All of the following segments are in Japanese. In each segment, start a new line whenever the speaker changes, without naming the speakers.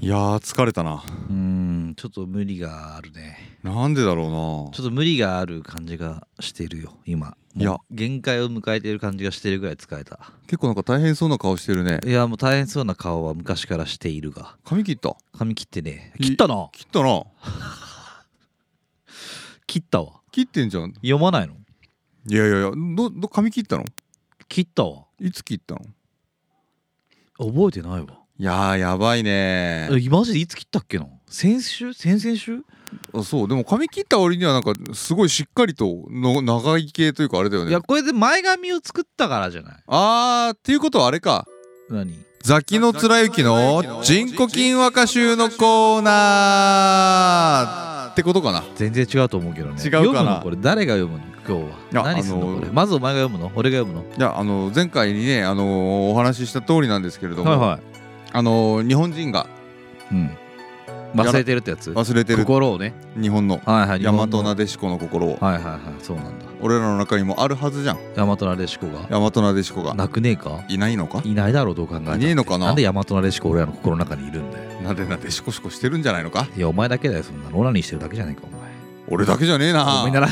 いやー疲れたな
うんちょっと無理があるね
なんでだろ
ちょっと無理がある感じがしてるよ今もう
いや
限界を迎えてる感じがしてるぐらい疲れた
うな結構なんか大変そうな顔してるね
いやもう大変そうな顔は昔からしているが
髪切った
髪切ってね
い
切ったな
切ったな
切ったわ
切ってんじゃん
読まないの
いやいやいやどど髪切ったの
切ったわ
いつ切ったの
覚えてないわ
いやーやばいね
えマジでいつ切ったっけな先週先々週
あそうでも髪切った割にはなんかすごいしっかりとの長い系というかあれだよ
い
ね
やこれで前髪を作ったからじゃない
あーっていうことはあれか
何
ザキの貫之の人古今和歌集のコーナーってことかな
全然違うと思うけどね
違うかな
読むのこれ誰が読むの今
い
日
や
は何すんの
あのー
これまずお前が読むの俺が読むの
いやあの前回にねあのお話しした通りなんですけれども、
はいは
あの日本人が
いうん忘れてるってやつ
忘れてる
心をね
日本の
はいはい日
大
本の
和なでしこの心を
はいはいはいそうなんだ
俺らの中にもあるはずじゃん
大和なでしこが
大和なでしこが
なくねえか
いないのか
いないだろうどう考えたっ
い
て
ねえのかな
なんで大和なでしこ俺らの心の中にいるんだよ
なでなでしこしこしてるんじゃないのか
いやお前だけだよそんなのオナニーしてるだけじゃないかお前
俺だけじゃねえな
みんなな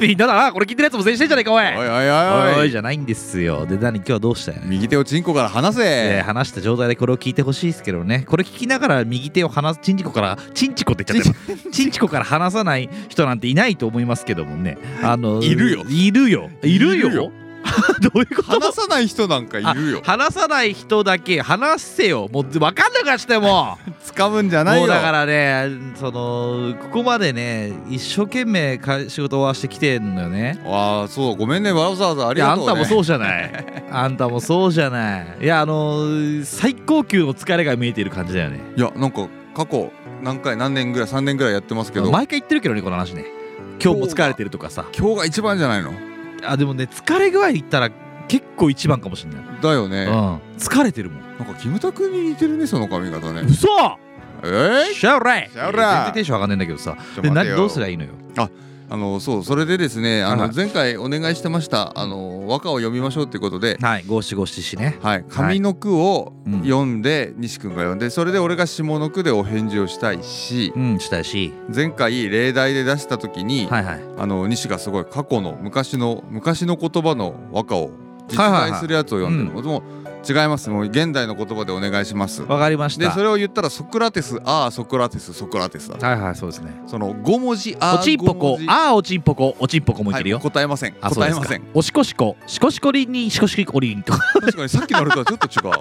みんなだなこれ聞いてるやつも全員してんじゃないかおい
おいおいおい
お
お
い
い
じゃないんですよで何今日はどうしたよ
右手をチンコから離
えー
せ
話した状態でこれを聞いてほしいですけどねこれ聞きながら右手を離すチンチコからチンチコって言っちゃっ てるチンチコから離さない人なんていないと思いますけどもねあの
いるよ
いるよいるよ
いるよ
どういうこと
離さない人なんかいるよ
話さない人だけ話せよもう分かんなくなっちゃってもう
掴むんじゃないよ
もうだからねそのここまでね一生懸命か仕事をしてきてんのよね
ああそうごめんねわざわざあ
い
り
や
が
あ
と
ん
うね
たもそうじゃない あんたもそうじゃないいやあの最高級の疲れが見えてる感じだよね
いやなんか過去何回何年ぐらい3年ぐらいやってますけど
毎回言ってるけどねこの話ね今日も疲れてるとかさ
今日が一番じゃないの
あでもね疲れ具合で言ったら結構一番かもしれない、
だよねなん
うん疲れてるもん
かキムタクに似てるねその髪型ね
嘘
え
シャオライ
シャオライ
全然テンション上がんないんだけどさ
ー
で何どうすり
れ
ゃいいのよ
あのそうそれでですねあ
はい
の
はい
前回お願いしてましたあの和歌を読みましょうっていうことで
はい五七五七七ね
はい上の句を
うん
読んで西君が読んでそれで俺が下の句でお返事をしたいし
うんしたいし
前回例題で出した時に
はいはい
あの西がすごい過去の昔の昔の言葉の和歌を実
はいはい
在
はい
するやつを読んでる、もう違いますもう現代の言葉でお願いします
わかりまし
で
た
それを言ったらソクラテスああソクラテスソクラテスだ
はいはいそうですね
その5文字あ
お
あ
ちんぽこあーおちんぽこおちんぽこもいけるよ、
答えません
あそう
答
で
え
す
ま
か
せん
おしこしこしこしこりんにしこしこりんとか
確かにさっきのあれとはちょっと違う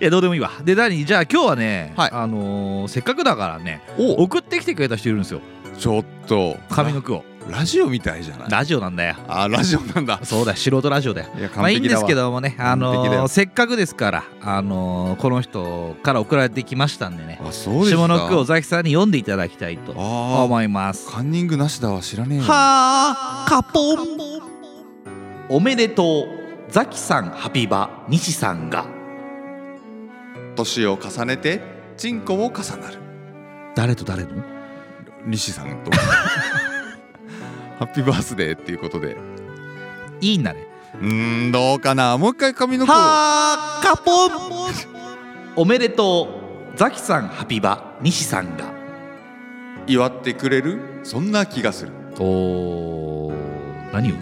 いやどうでもいいわで何じゃあ今日はね、
はい
あのーせっかくだからね
お
送ってきてくれた人いるんですよ
ちょっと
上の句を
ラジオみたいじゃない
ラジオなんだよ
あラジオなんだ
そうだよ素人ラジオだよ
いや
まあ
完
いいん
璧
で
だ
す
わ
けどもね、あ
完璧だ
のー
よ
せっかくですから、あのーこの人から送られてきましたんでね
あそうですか
下の句をザキさんに読んでいただきたいと
ああ
思います。は
カンニングなしだわ知らねえよ
あカポンおめでとうザキさんハピバ西さんが
年を重ねてチンコも重なる
誰と誰の
西さ んとハッピーバースデーっていうことでう
いいんだね。
ーんどうかなもう一回髪の毛を
はあカポンおめでとうザキさんハピバ西さんが
祝ってくれるそんな気がする
おー何をど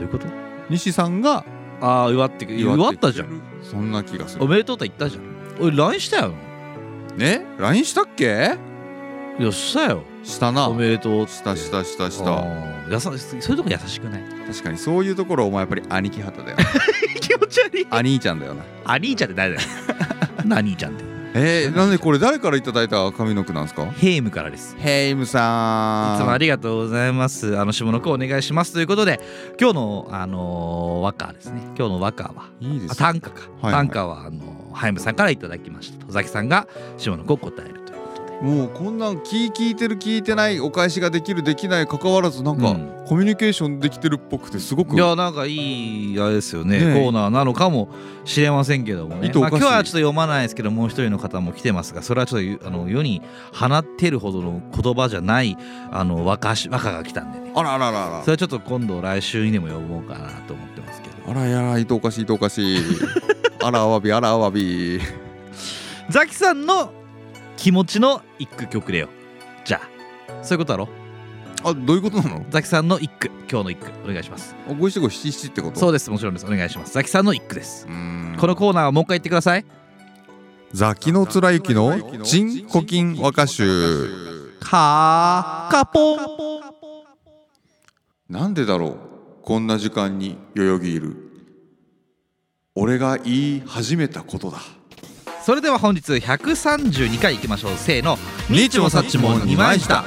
ういうこと
西さんが
ああ祝ってく祝ったじゃん
んそんな気がす
お
る
めでとうと言ったじゃん俺 LINE したよ
ね LINE したっけ
いやしたよ
したな
おめでとうっつっ
してたしたしたし
あ
た
ーやさそういうとこ優しくない
確かにそういうところお前やっぱり兄貴肌だ よ
気持ち悪い
兄ちゃんだよな
あ兄ちゃんって 誰だよな兄ちゃんって
えー、なんでこれ誰からいただいた髪の毛なんですか
ヘイムからですい
ヘイムさん
つもありがとうございますあの下の子お願いしますということで今日のあのー和歌ですね今日の和歌はい
いで
あ
すね
短歌か、
はいはい
短歌はあのハイムさんからいただきました戸崎さんが下の子を答えるという
もうこんなん聞い聞いてる聞いてないお返しができるできない関わらずなんか、
うん
コミュニケーションできてるっぽくてすごく
いやなんかいいあれですよね
ねえ
コーナーなのかもしれませんけどもね
意図お
ま
か
あ、
しい
今日はちょっと読まないですけどもう一人の方も来てますがそれはちょっとゆあの世に放ってるほどの言葉じゃないあの和歌し和歌が来たんでね
あらあらあらあ
そ
ら
れはちょっと今度来週にでも読もうかなと思ってますけ ど
あらやらいとおかしいいとおかしいあらあわびあらあわび
ザキさんの気持ちの一句曲れよじゃあそういうことだろ
あどういうことなの
ザキさんの一句今日の一句お願いします
あ五七五七七ってこと
そううですもちろんですお願いしますザキさんの一句です
うーん
このコーナーはもう一回言ってください
ザキの貫之の人古今和歌集
かーかぽん
なんでだろうこんな時間に代々木いる俺が言い始めたことだ
それでは本日132回いきましょうせーの
ニッチもサッチも二枚舌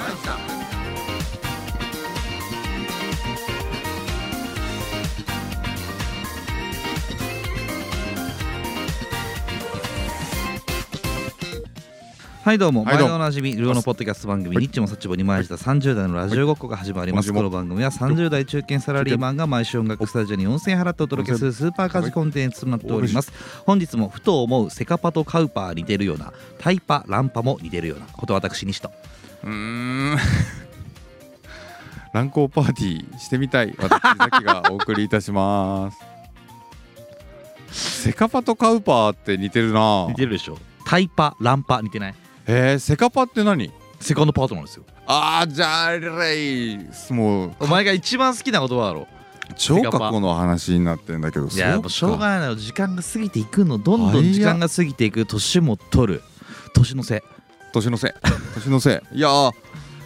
はいどうも
はい
毎
どうも
度おなじみルオのポッドキャスト番組「ニッチもサッチも二枚舌」30代のラジオごっこが始まります
はい
この番組は30代中堅サラリーマンが毎週音楽スタジオに4000円払ってお届けするスーパーカジコンテンツとなっております本日もふと思うセカパとカウパー似てるようなタイパランパも似てるようなこと私西と
うーん乱行パーティーしてみたい私ザキがお送りいたしますセカパとカウパーって似てるな
てるでしょタイパランパ似てない
へえセカパって何
セカンドパートなんですよ
あーじゃあれいもう
お前が一番好きな言葉だろ
超過去の話になってんだけど
いや
そ
もうしょう
か
がないのよ時間が過ぎていくのどんどん時間が過ぎていく年も取る年の瀬
年のせい年のせいいやー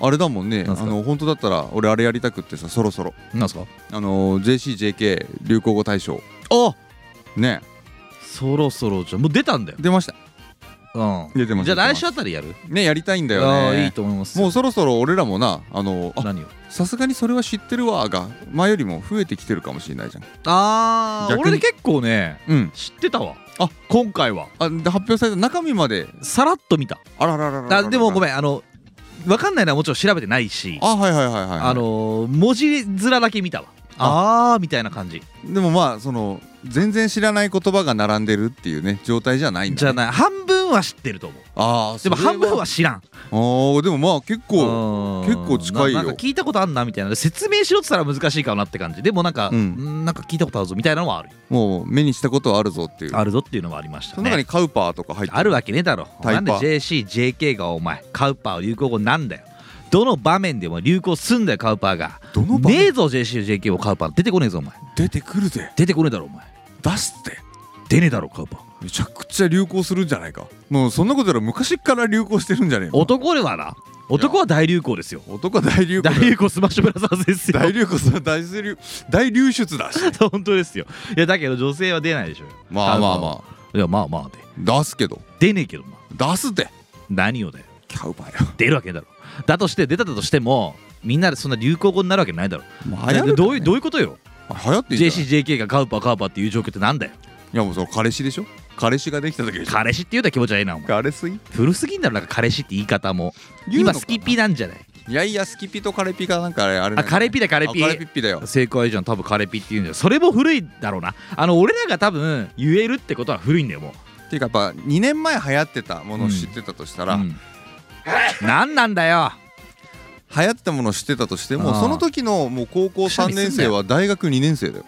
あれだもんね
なんす
あ
か
の本当だったら俺あれやりたくってさそろそろ
なんすか
あのー JCJK 流行語大賞
あ
ね
そろそろじゃもう出たんだよ
出ました
う
出てま
ん
し
じゃ
た
あ来週あたりやる
ねやりたいんだよ
ああ
ね
いいと思います
もうそろそろ俺らもなあのあ
何を
さすがにそれは知ってるわが前よりも増えてきてるかもしれないじゃん
あ
逆に
俺で結構ね
うん
知ってたわ
あ
今回は
あで発表された中身まで
さらっと見た
あらららららら
あでもご
ん
めんあの分かんないのはもちろん調べてないし
あはいはいはいはいはい
あのー文字面だけ見たわああーみたいな感じ
でもまあその全然知らない言葉が並んでるっていうね状態じゃないんだ、ね、
じゃない半分は知ってると思う
ああ
でも半分は知らん
あーでもまあ結構
構
結構近いよ
ななんか聞いたことあんなみたいなで説明しろって言ったら難しいかなって感じでもなんか、
うん
うんなんか聞いたことあるぞみたいなのはあるよ
もう目にしたことはあるぞっていう
あるぞっていうのはありまし
そ
た
の中
ね
にカウパーとか入って
あるわけねえだろ
タイ
な
パ
んで JCJK がお前カウパーを流行語なんだよどの場面でも流行すんだよカウパーが
どの場
ねえ
面
ぞ JCJK をカウパー出てこねえぞお前
出てくるぜ
出てこねえだろお前
出して
出ねえだろカウパー
めちゃくちゃ流行するんじゃないかもうそんなことより昔から流行してるんじゃねえの
男ではな男は大流行ですよ
男は大流行
大流行スマッシュブラザーズですよ
大流行する大流大流出 だし
本当ですよいやだけど女性は出ないでしょ
まあまあまあ
いやまあまあで
出すけど
出ねえけどな
出すって
何をだよ
カウパーよ
出るわけねえだろだとして出たとしてもみんなでそんな流行語になるわけないだろ
まあ流行るからね
どういうどういうことよ
流行ってんじゃない
JCJK がカウパーカウパーっていう状況ってなんだよ
いやもうその彼氏でしょ彼氏ができた時でしょ
彼氏って言うたら気持ち悪いなお前
彼氏
古すぎんだろなんか彼氏って言い方も
言うの
今
かな
スキピなんじゃない
いやいやスキピとカレピがなんかあれあれ
あカレ
ピ
ピだカレピ
カレピッピだよ
正解じゃん多分カレピって言うんだよそれも古いだろうなあの俺らが多分言えるってことは古いんだよも
っていうかやっぱ2年前流行ってたものを知ってたとした
う、
ら、
うん何なんだよ
流行ってたものを知ってたとして
あ
も
ー
その時のもう高校3年生は大学2年生だよ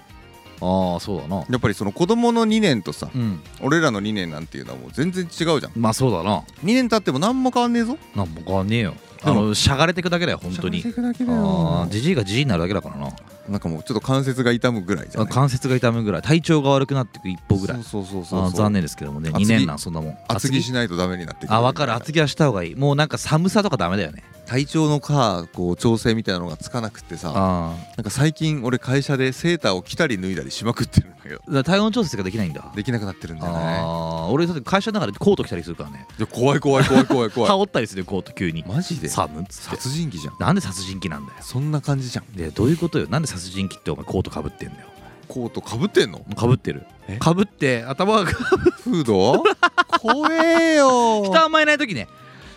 ああそうだな
やっぱりその子供の2年とさ
うん
俺らの2年なんていうのはもう全然違うじゃん2
まあそうだな
年経っても何も変わんねえぞ
なんも変わんねえよ
で
あ
も
のしゃがれてくだけだよ本当に
喋ってくだけだ
あ
よ
あじじいがじじいになるだけだからな
なんかもうちょっと関節が痛むぐらいじゃない
関節が痛むぐらい体調が悪くなっていく一歩ぐらい
そうそうそう
あ
そう
あ残念ですけどもね
厚
2
着
年なんそんなもん
厚着しないとダメになってくる
あ分かる厚着はした方がいいもうなんか寒さとかダメだよね
体調のかこう調整みたいなのがつかなくってさ
あ
なんか最近俺会社でセーターを着たり脱いだりしまくってるんだけど
あだから体温調節ができないんだ
できなくなってるんだよね
ああ俺だって会社の中でコート着たりするからね
いや怖い怖い怖い怖い怖い
羽織ったりするよコート急に
マジで
寒っつって
殺人鬼じゃん
なんで殺人鬼なんだよ
そんな感じじゃん
でどういうことよなんで殺人鬼ってお前コートかぶってんだよ
コートかぶってんの
かぶってる
え
かぶって頭が
フード怖えよ
下甘えない時ね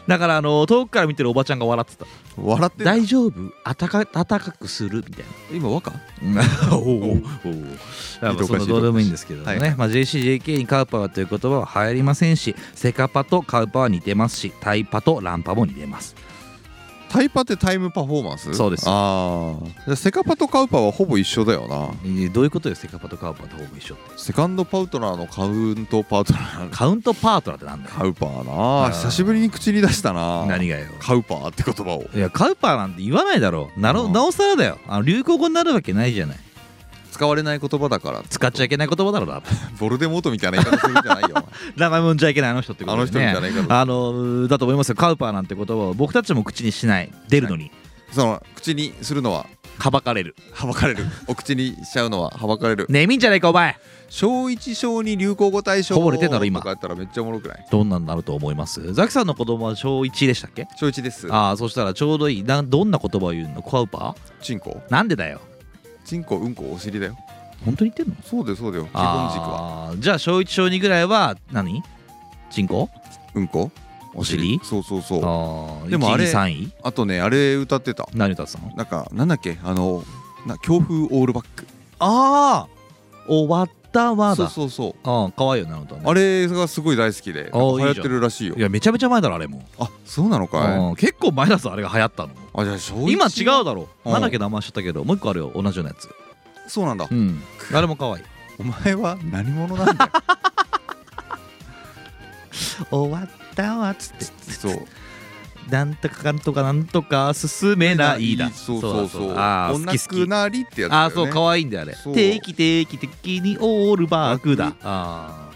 だからあの遠くから見てるおばちゃんが笑ってた
笑ってる
大丈夫暖か暖かくするみたい
今和歌
な おお
おう
おやっ
いいとこ
ぱ
かし
そんなどうでもいいんですけどね、
はいはい
まあ、JCJK にカウパーという言葉は流行りませんしセカパとカウパーは似てますしタイパとランパも似てます
タイパってタイムパフォーマンス
そうです
ああじゃあセカパとカウパはほぼ一緒だよな
えーどういうことよセカパとカウパとほぼ一緒って
セカンドパウトナーのカウントパートナー
カウントパートナーってなんだよ
カウパーな
あー
久しぶりに口に出したな
何がよ
カウパーって言葉を
いやカウパーなんて言わないだろうなろ
うん
なおさらだよあの流行語になるわけないじゃない
使われない言葉だから
使っちゃいけない言葉だろうな
ボルデモートみたいな言い方するんじゃないよ
名前もんじゃいけないあの人って
お
こ
前
と
あ
だ
の
よ
人みた
ね
いな言い方
あのだと思いますよカウパーなんて言葉を僕たちも口にしない出るのに
その口にするのは
はばかれる
はばかれるお口にしちゃうのははばかれる
ねえみんじゃねえかお前
小一小二流行語大賞
こぼれてんだろ今
とかやったらめっちゃおもろくない
どんなになると思いますザキさんの子供は小1でしたっけ
小一です
ああそしたらちょうどいいなどんな言葉を言うのカウパー
チンコ
なんでだよ
チンコうんこお尻だよ
本当に言ってんの
そうだよそうだよ基本軸は
あーじゃあ小1小2ぐらいは何人口
うんこ
お尻
そうそうそうあ
ああ
でもあれ
3位
とねあれ歌ってた
何歌ってたの
なんかなんだっけあのな強風オールバック
ああ終わったわ
そう
だ
そうそう
ああ可愛いよねあの歌ね
あれがすごい大好きでなんか
あー
流行ってるらしいよ
いやめちゃめちゃ前だろあれも、
あそうなのかい
うん結構前だぞあれが流行ったの
あじゃあ小一
今違うだろ
うん
なんだっけ名前しちゃったけどもう一個あるよ同じようなやつ
そうなんだ
うんあれも可愛い
お前は何者なんだ よ
終わったわっつって
そう
なんとかかんとかなんとか進めないだ
そうそうそう
あ
お
あ好
な
き好
く
き
なりってやつだよね
ああそう可愛いんだよあれ
そう
定期定期的にオールバック
バッ
だ
ク
あ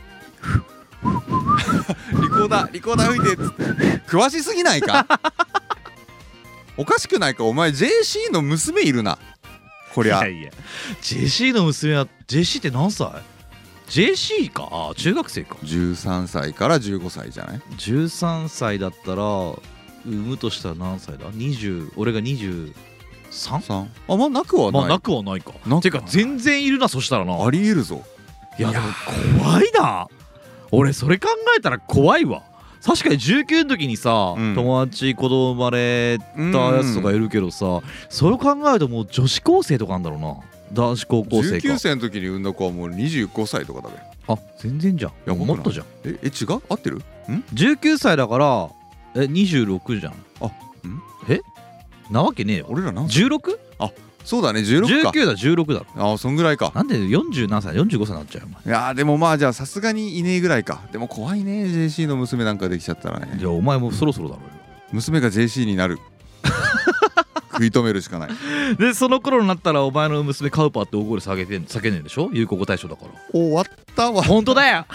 リコーダー、リコーダー吹いてっつって詳しすぎない かおかしくないかお前 JC の娘いるなこ
あい
りゃ
やいや JC の娘は JC って何歳 JC かああ中学生か
13歳から15歳じゃない
13歳だったら産むとしたら何歳だ20俺が 23?
3あまあなくは
ま
な
あ
い、
なくはないか
くはない
てか全然いるなそしたらな
ありえるぞ
いやでも怖いな俺それ考えたら怖いわ確かに19の時にさ、
うん
友達子供生まれたやつとかいるけどさ、それを考えるともう女子高生とかなんだろうな男子高校生か
19歳の時に産んだ子はもう25歳とかだべ
あ全然じゃ
やば
ん
くない
もっとじゃん
ええ違う合ってるん
19歳だからえ26じゃん
あん
んえなわけねえよ
俺らなん
16?19
そうだね16か
だ16だろ
ああそんぐらいか
なんで40何歳45歳になっちゃうよお前
いやーでもまあじゃあさすがにいねえぐらいかでも怖いね JC の娘なんかできちゃったらね
じゃあお前もそろそろだろうよ
娘が JC にな る食い止めるしかない
でその頃になったらお前の娘カウパーって大声下げてん叫んでんでしょ有効語大賞だから
終わったわ
本当だよ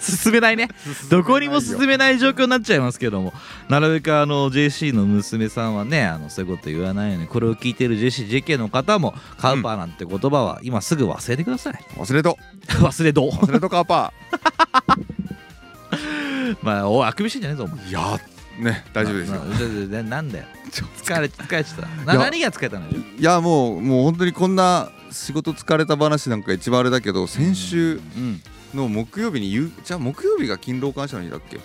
進めないねどこにも進
め
めない状況になっちゃいますけどもなるべくあの JC の娘さんはねあのそういうこと言わないようにこれを聞いてる JCJK の方もカウパーなんて言葉は今すぐ忘れてください、
忘れと
忘れどう
忘れとカーパ
まあおいあくびしてんじゃねえぞお前
ーいやーね大丈夫ですよ
ななななんだよ
ちょ
疲れ疲れちゃったない
や
何が疲れたのよ
いやもうもう本当にこんな仕事疲れた話なんか一番あれだけど先週
うん
の木曜日にゆじゃあ木曜日が勤労感謝の日だっけ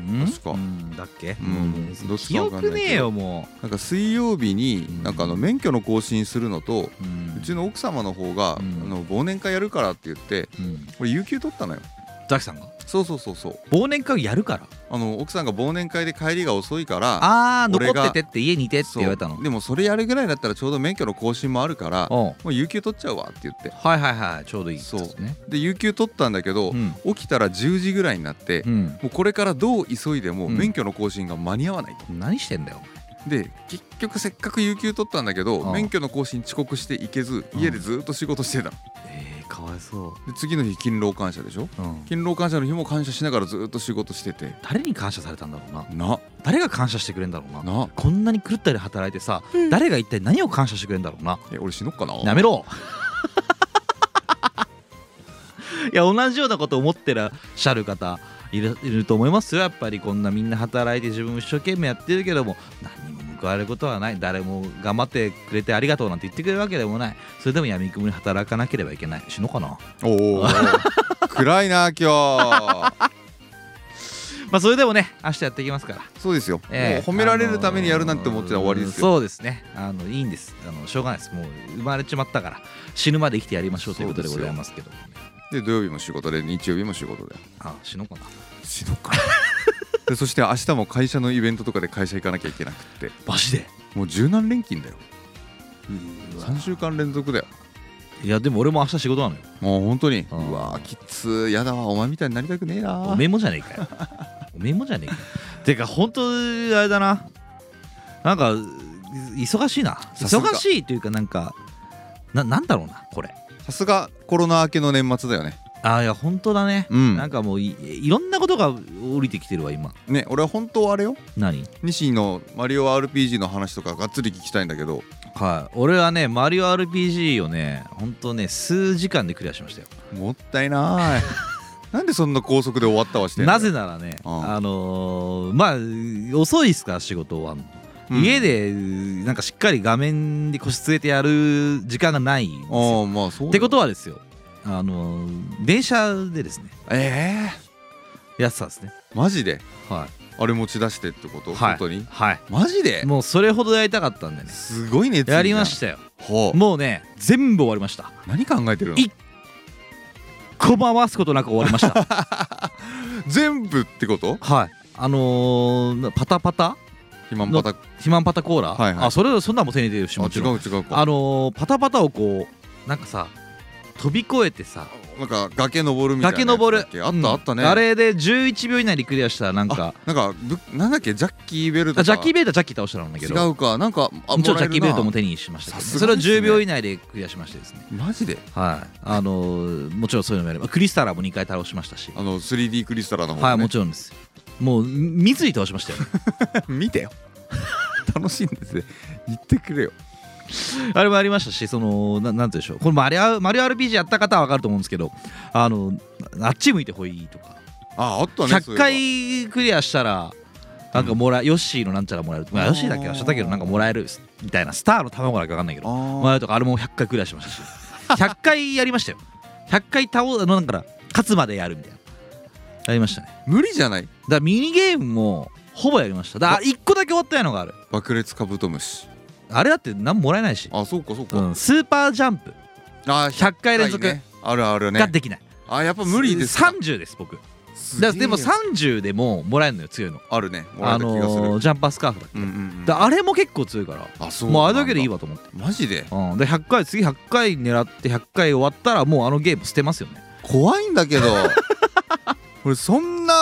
うん
確か
うんだっけ、
うんどっち
記
かわかんな
憶
いけど
ねえよも
なんか水曜日
うん
になんかあの免許の更新するのと
う、うん
うちの奥様の方があ
うん
の忘年会やるからって言って
うん
これ有給取ったのよ
ザキさんが
そうそうそうそう
忘年会をやるから
あの奥さんが忘年会で帰りが遅いから
ああ
俺
残
が
っててって家にいてって言われたの
そうでもそれやるぐらいだったらちょうど免許の更新もあるからも
おう
う有給取っちゃうわって言って
はいはいはいちょうどいいですね
で有給取ったんだけど、
うん
起きたら10時ぐらいになって、
うん
もうこれからどう急いでも
うん
免許の更新が間に合わないと、
何してんだよ
で結局せっかく有給取ったんだけど
ああ
免許の更新遅刻して行けず
うん
家でずっと仕事してたの
えー、かわいそ
で次の日勤労感謝でしょ
う、うん、
勤労感謝の日も感謝しながらずっと仕事してて
誰に感謝されたんだろうな
な
誰が感謝してくれんだろうな
な
こんなに狂ったり働いてさ、誰が一体何を感謝してくれんだろうな
え俺死のっかな
やめろ いや同じようなこと思ってらっしゃる方いるいると思いますよやっぱりこんなみんな働いて自分一生懸命やってるけども何にも報われることはない誰も頑張ってくれてありがとうなんて言ってくれるわけでもないそれでも闇雲に働かなければいけない死のうかな
おお 暗いな今日
まあそれでもね明日やっていきますから、
そうですよ、
ええ
もう褒められるためにやるなんて思ってたら終わりですよ、
あのーそうですねあのいいんですあのしょうがないですもう生まれちまったから死ぬまで生きてやりましょうということでございますけどもね
で土曜日も仕事で日曜日も仕事で
あ死のうかな
しどかでそして明日も会社のイベントとかで会社行かなきゃいけなくって
マジで
もう十何連勤だよ3週間連続だよ
いやでも俺も明日仕事なのよ
もう本当に
あ
う
ー
わーきつーやだわお前みたいになりたくねえな
おめえもじゃねえかよおめえもじゃねえかよてか本当あれだななんか忙しいな
さすが
忙しいというかなんかななんだろうなこれ
さすがコロナ明けの年末だよね
あーいや本当だね、
うん
なんかもういいろんなことが降りてきてるわ今
ね俺は本当はあれよ
何
西のマリオ RPG の話とかがっつり聞きたいんだけど
はい俺はねマリオ RPG をね本当ね数時間でクリアしましたよ
もったいない なんでそんな高速で終わったわしてんの
なぜならね、
うん
あのーまあ遅いっすから仕事終わんの、
うん
家でなんかしっかり画面で腰据えてやる時間がないんですよ
ああまあそうだよ
ってことはですよあのー電車でですね
え
やってたんですね
えマジで
は
あれ持ち出してってこと、
い、はい、
本当に
はい
マジで
もうそれほどやりたかったんでね
すごい熱意じゃん
やりましたよ
ほう
もうね全部終わりました
何考えてるの
いコマ回すことなく終わりました
全部ってこと
はいあのーパタパタ
今また
肥満パタコーラ、
はいはい
あそれそんなんも手に入れてるし
あ
もち
違
ろん
う違うか
あのーパタパタをこうなんかさ飛び越えてさ
なんか崖登るみたいな
崖登
や
る
つだっけあ
うん
ったあったね、
あれで11秒以内にクリアしたらなんか
なんかぶなんだっけジャッキーベルトか
あジャッキーベルトはジャッキー倒したんだけど
違うかなんかあ
もちろ
も
ん
ら
ジャ
える
ッ
な
キーベルトも手にしましたけど、
さす
そ
が
れを
ですね
10秒以内でクリアしましてですね
マジで
はいあのーもちろんそういうのもやればクリスタラーも2回倒しましたし
あの 3D クリスタルの方、ね、
はいもちろんですもう三井倒しま したよ
見て よ楽しいんですね言ってくれよ
あれもありましたしそのななんて言うんでしょうこれマリアマリオ RPG やった方は分かると思うんですけどあのあっち向いてほいとか
ああったね
100回クリアしたらなんかもらヨッシーのなんちゃらもらえるまあ
あー
ヨッシーだっけはしったけどなんかもらえるみたいなスターの卵だか分かんないけども
あ
らえるとかあれも100回クリアしました し100回やりましたよ100回倒あのなんかな勝つまでやるみたいなやりましたねだか
無理じゃない
らミニゲームもほぼやりましただから1個だけ終わったやのがある
爆裂カブトムシ
あれだって何ももらえないし、
あそうかそうか、
うん、スーパージャンプ
あ
100回連続
ねあるある
が
ね
できない、
あやっぱ無理ですか
30です僕だ
すげ
か
え
らでも30でももらえるのよ強いの
あるねもら
あ
えた気がする、
のージャンパースカーフだ
うんうんうん
だからあれも結構強いから
あそう
もうあれだけでいい
わ
わと思って、
マジで
うん、で100回次100回狙って100回終わったらもうあのゲーム捨てますよね
怖いんだけ ど俺そんな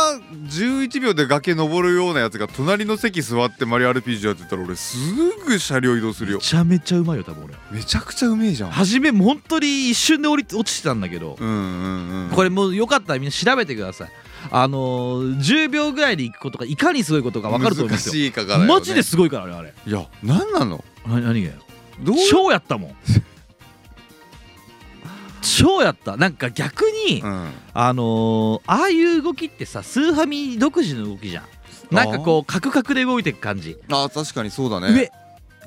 11秒で崖登るようなやつが隣の席座ってマリオ RPG やってたら俺すぐ車両移動する
め
よ
ちゃめちゃうまいよ多分俺
めちゃくちゃうめえじゃん
初めもう本当に一瞬で降り落ちてたんだけど、
うんうんうん
これもうよかったらみんな調べてくださいあのー、10秒ぐらいで行くことがいかにすごいことか分かると思います
難
よ
しいかから、ね、
マジですごいからねあれ
いや何なの
な何がよ
どういう
超やったもん超やったなんか逆に、
うん
あのー、ああいう動きってさスーファミ独自の動きじゃんなんかこうカクカクで動いてく感じ
あ確かにそうだね
上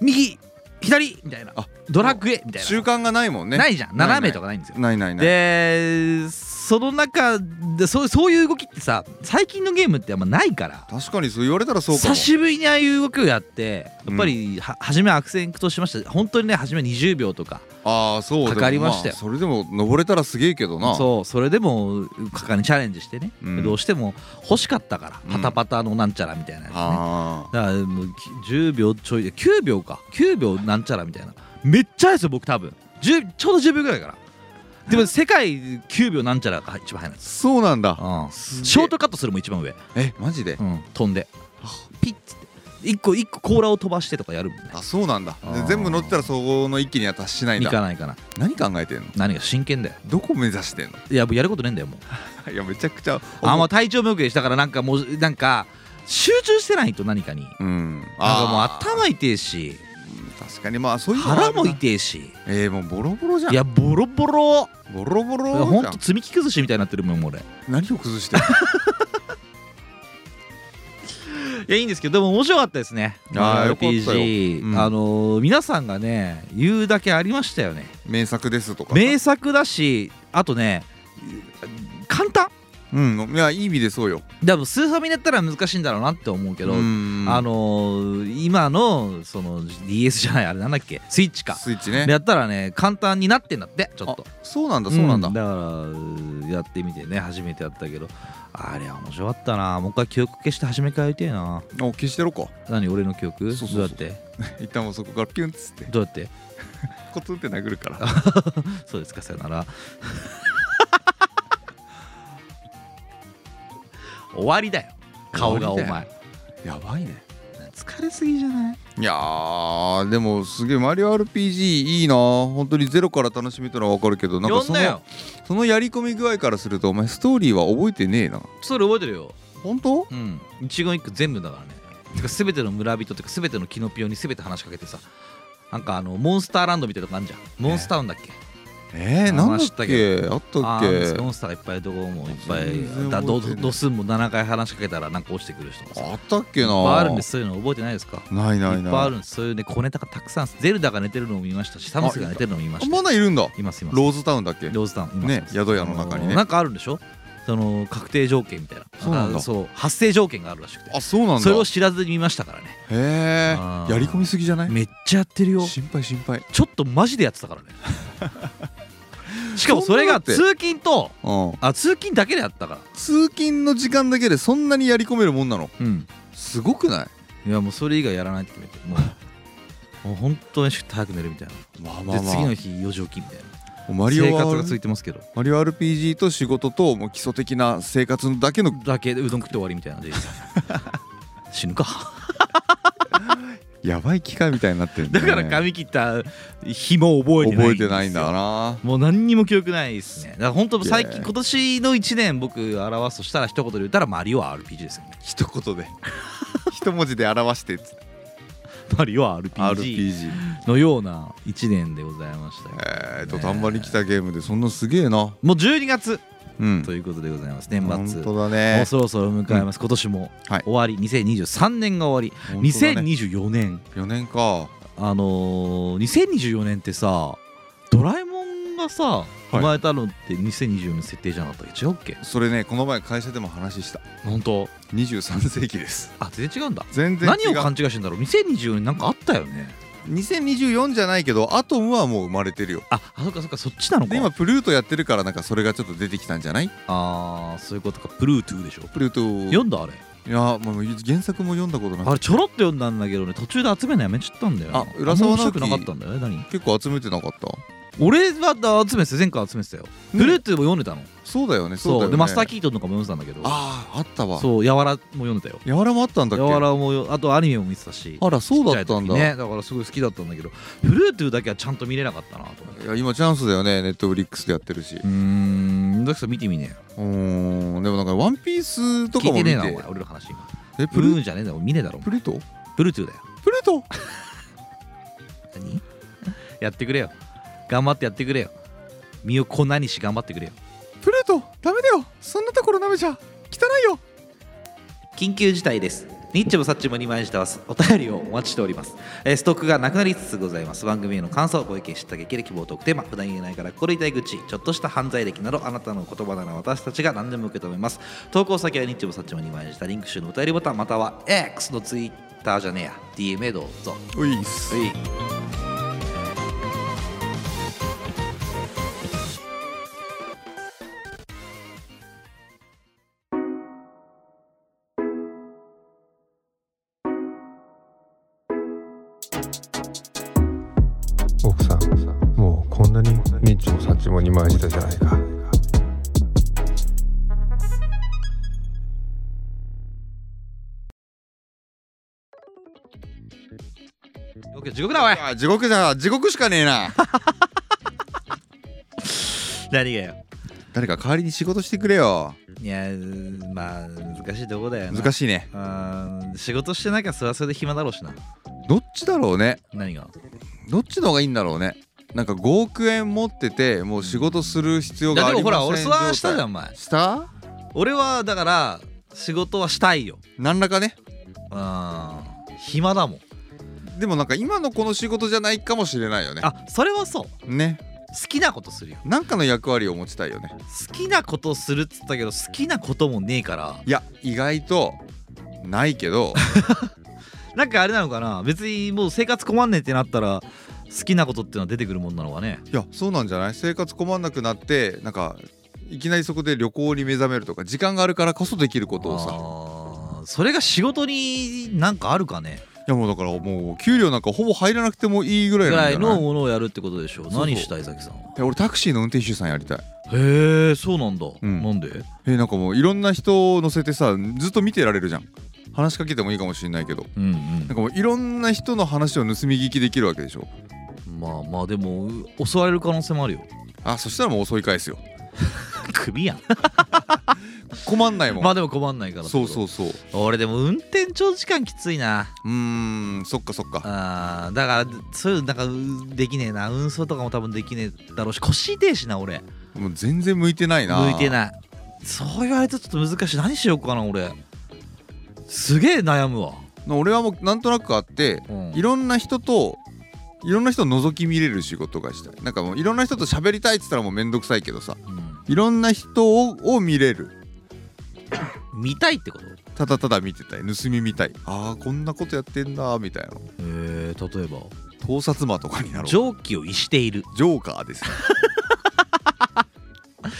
右左みたいな
あ
ドラッグへみたいな
習慣がないもんね
ないじゃん斜めと
か
かないんですよ
ないないない
でその中でそうそういう動きってさ最近のゲームってあんまないから
確かにそう言われたらそうかも
久しぶりにああいう動きをやってやっぱりは初め悪戦苦闘しました本当にね初め20秒とか
ああそう
かかりましたよ
でもあそれでも登れたらすげえけどな
そうそれでも果敢にチャレンジしてね、
うん
どうしても欲しかったから
うん
パタパタのなんちゃらみたいなやつね、
あ
だからもうき10秒ちょいで9秒か9秒なんちゃらみたいなめっちゃ早いですよ僕多分10ちょうど10秒ぐらいからでも世界9秒なんちゃらが一番早いんで
あ
す、
そうなんだ
うん
すげえ
ショートカットするも一番上、
えマジで
うん、飛んでピッつって一個一個甲羅を飛ばしてとかやるもんね
あそうなんだ
あー
で全部乗ってたらそこの域には達しないん
いか
だ
ないかな
何考えてんの
何が真剣だよ
どこ目指してんの
いやもうやることねえんだよもう
いやめちゃくちゃ
あもう体調もよくでしたからなんかもうなんか集中してないと何かになん
うん
かもう
ー
頭痛えし
確かにまあそういうのはあ
腹
るな
も痛えし
えー、もうボロボロじゃん
いやボロボロ
ボロボロ
い
じゃん
やほんと積み木崩しみたいになってるもんもう俺
何を崩してんの
いやいいんですけどでも面白かったですね
あーよかったよ
RPG、
うん
あのー皆さんがね言うだけありましたよね
名作ですとか
名作だしあとね簡単
うんいやいい意味でそうよ
でもスーファミだったら難しいんだろうなって思うけど、
うん
あのー今のその DS じゃないあれなんだっけスイッチか
スイッチね
やったらね簡単になってんだってちょっと
あそうなんだそうなんだ、
だからやってみてね初めてやったけどあれは面白かったなもう一回記憶消して初めからやりてえな
お消してやろうか
何俺の記憶
そうそうそう
どうやっ
一旦もうそこからピュンっつって
てどうやって
コツンって殴る から
そうですかさよな ら終わりだよ顔がお
終わ
前
やばいね
疲れすぎじゃない
いやーでもすげえマリオ RPG いいな本当にゼロから楽しめたのはわかるけどなんか
呼ん
そ
だ
の
よ
そのやり込み具合からするとお前ストーリーは覚えてねえな
それ覚えてるよ
本当
うん一言一句全部だからねてか全ての村人とか全てのキノピオに全て話しかけてさなんかあのモンスターランドみたいなとこあんじゃんモンスターなんだっけ、
えー、
あ
なんだ
知った
っけあった
あ
っ
ー
け
モンスターいっぱいどこもいっぱ
全然覚えてない
いだドドスンも7回話しかけたらなんか落ちてくる人もさいっ
あったっけな
ぱいあるんですそういうの覚えてないですか
ないない
っぱいあ
な
るんですそういうね小ネタがたくさんゼルダが寝てるのも見ましたしサムスが寝てるのも見まし
い
た
まだいるんだ
いますいます
ローズタウンだっけ
ローズタウンいますい
ね
ます
宿屋の中に
あの
ね
なんかあるんでしょその確定条件みたいな
そうなんだ
あそう発生条件があるらしくて
あそうなん
そ
だ
れを知らずに見ましたからね
へ
あ
え
ー
やり込みすぎじゃない
めっちゃやってるよ
心配心配
ちょっとマジでやって たからねしかもそれが通勤と
うん
あ通勤だけでやったから
通勤の時間だけでそんなにやり込めるもんなの
うん
すごくない
いやもうそれ以外やらないって決めても うもう本当に早く寝るみたいな、
まあまあ
で
ま
次の
あ
日4時起きみたいな
マリオ
生活
は
がついてますけど
マリオ RPG と仕事ともう基礎的な生活だけの
だけでうどん食って終わりみたいなので 死ぬか
やばい機会みたいになってるんだ,、
だ
ね、
から髪切った日も覚えてない
覚えてないんだな
もう何にも記憶ないですねだから本当最
い
近
や
今年の1年僕表すとしたら一言で言ったらマリオは RPG ですよね
一言で一文字で表して
マリオは RPG
RPG
のような1年でございましたけど
えーと
ね
たんまり来たゲームでそんなすげえな
もう12月
うん
ということでございます年
本
末
当だ
も
ね
うそろそろ迎えます、今年も、
はい
終わり2023年が終わり、
本当だね
2024年
4年か
あのー、2024年ってさドラえもんがさ
い
生まれたのって2024年設定じゃなかったっけ違うっけ
それねこの前会社でも話した
本当
23世紀です
あ全然違うんだ
全然違
何
う
を勘違いしてんだろう2024年なんかあったよね
2024じゃないけどアトムはもう生まれてるよ
ああそっかそっかそっちなのか
で今プルートやってるからなんかそれがちょっと出てきたんじゃない
あーそういうことかプルートゥーでしょ
プルート
読んだあれ
いやもう原作も読んだことな
あ
く
れ
て
ちょろっと読んだんだけどね途中で集めるのやめちゃったんだよな
あ浦沢
あんま
直
面白
樹
くなかったんだよね何
結構集めてなかった
俺はだ集めてた前回集めてたよ、プルートゥーも読んでたの
そうだよね
そう
そうだよね
でマスター・キートンとかも読んでたんだけど
あああったわ
そう「やわら」も読んでたよ
やわらもあったん
「
だっ
や
け
わら」もよあとアニメも見てたし
あらそうだったんだ、
ちちゃい時ねだからすごい好きだったんだけどフルートゥーだけはちゃんと見れなかったなと思って
いや今チャンスだよねネットフリックスでやってるし
うーんだから見てみね
うーんでもなんか「ワンピースとか
聞い
も
て
見
ね
て
えなお前俺の話今
え
プ
プ
ル
ル
ーンじゃねえだろ見ねえだろ
プルート
プルートゥーだよ
プルート
何やってくれよ頑張ってやってくれよ身を粉にし頑張ってくれよ
プルートダメだよそんなところ舐めちゃ汚いよ
緊急事態ですニッチもサッチも2枚してますお便りをお待ちしております、えーストックがなくなりつつございます番組への感想ご意見知った激励希望トークテーマ普段言えないから心痛い愚痴ちょっとした犯罪歴などあなたの言葉なら私たちが何でも受け止めます投稿先はニッチもサッチも2枚したリンク集のお便りボタンまたは X のツイッターじゃねえや DM へどうぞ
ういっす
はい
奥さんもうこんなにニッチもサッチも二枚したじゃないか
地獄だおい
あ地獄だ地獄しかねえな
何がよ
誰か代わりに仕事してくれよ
いやーまあ難しいとこだよな
難
い
しいね
仕事してなきゃそれはそれで暇だろうしな
どっちだろうね
何が
どっちの方がいいんだろうねなんか5億円持っててもう仕事する必要
いや
があ
でも
り
ほ
ません
ら俺それはしたじゃんお前
した
俺はだから仕事はしたいよ
何らかね
うん暇だもん
でもなんか今のこの仕事じゃないかもしれないよね
あそれはそう好
ね
きなことするよ
なんかの役割を持ちたいよね
好きなことするっつったけど好きなこともねえから
いや意外とないけ ど
なんかあれなのかな別にもう生活困んねえってなったら好きなことっていうのは出てくるもんなのかね
いやそうなんじゃない生活困んなくなってなんかいきなりそこで旅行に目覚めるとか時間があるからこそできることをさ
あーそれが仕事になんかあるかね
いやもうだからもう給料なんかほぼ入らなくてもいいぐらい
ぐ
な
ら
んじ
い
ゃない
のものをやるってことでしょう
そうそう
何したいザキさんは
え俺タクシーの運転手さんやりたい
へえそうなんだ、
ん
なんで
えなんかもういろんな人を乗せてさずっと見てられるじゃん話しかけてもいいかもしれないけど
うん
な んかもういろんな人の話を盗み聞きできるわけでしょ
うんまあまあでもう襲われる可能性もあるよ
あそしたらもう襲い返すよ
首やん
困んないもん、
まあでも困んないから
そうそううそうう
俺でも運転長時間きついな
ーんそっかそっか
あーだからそういうのなんかうできねえな運送とかも多分できねえだろうし腰痛えしな俺
もう全然向いてないな
向いて
い
ないそう言われるとちょっと難しい何しようかな俺すげえ悩むわ、
俺はもうなんとなくあって
うん
いろんな人といろんな人を覗き見れる仕事がしたいなんかもういろんな人と喋りたいっつったらもうめんどくさいけどさ
うん
いろんな人をを見れる
見たいってこと
ただただ見てたい盗み見たいあーこんなことやってんだみたいな
えー、例えば
盗撮魔とかになろうジョ
蒸気を逸している
ーカーですね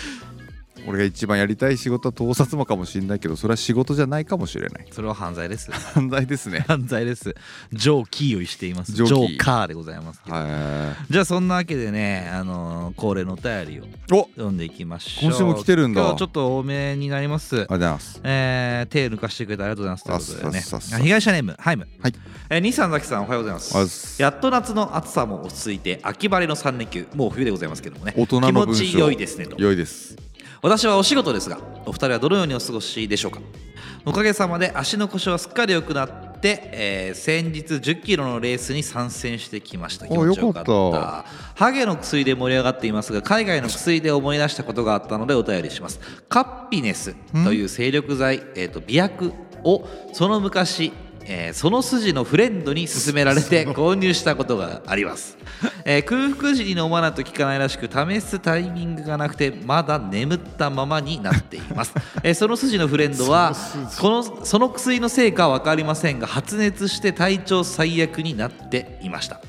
俺が一番やりたい仕事は盗撮魔かもしれないけどそれは仕事じゃないかもしれない
それは犯罪です
犯罪ですね
犯罪です蒸気を逸しています
蒸
蒸
気
カーでございますけど、
は
じゃあそんなわけでね、あのー恒例のお便りを
いお
読んでいきましょう
今週も来てるんだ
今日はちょっと多めになります
ありがとうございます
えー、手抜かしてくれてありがとうございますということでね
さっさっさ
あ被害者ネームハイム、
はい
えー、西さんザキさんおはようございます
おはようございます
やっと夏の暑さも落ち着いて秋晴れの3連休もう冬でございますけどもね
大人の文章
気持ち良いですねと
良いです
私はお仕事ですがお二人はどのようにお過ごしでしょうかおかげさまで足の腰はすっかり良くなって、えー先日1 0キロのレースに参戦してきました気持ちよかった
よか
ハゲの薬で盛り上がっていますが海外の薬で思い出したことがあったのでお便りしますカッピネスという精力剤、えー、と美薬をその昔えーその筋のフレンドに勧められて 購入したことがあります、えー空腹時に飲まないと効かないらしく試すタイミングがなくてまだ眠ったままになっています、 えーその筋のフレンドはこのその薬のせいかは分かりませんが発熱して体調最悪になっていました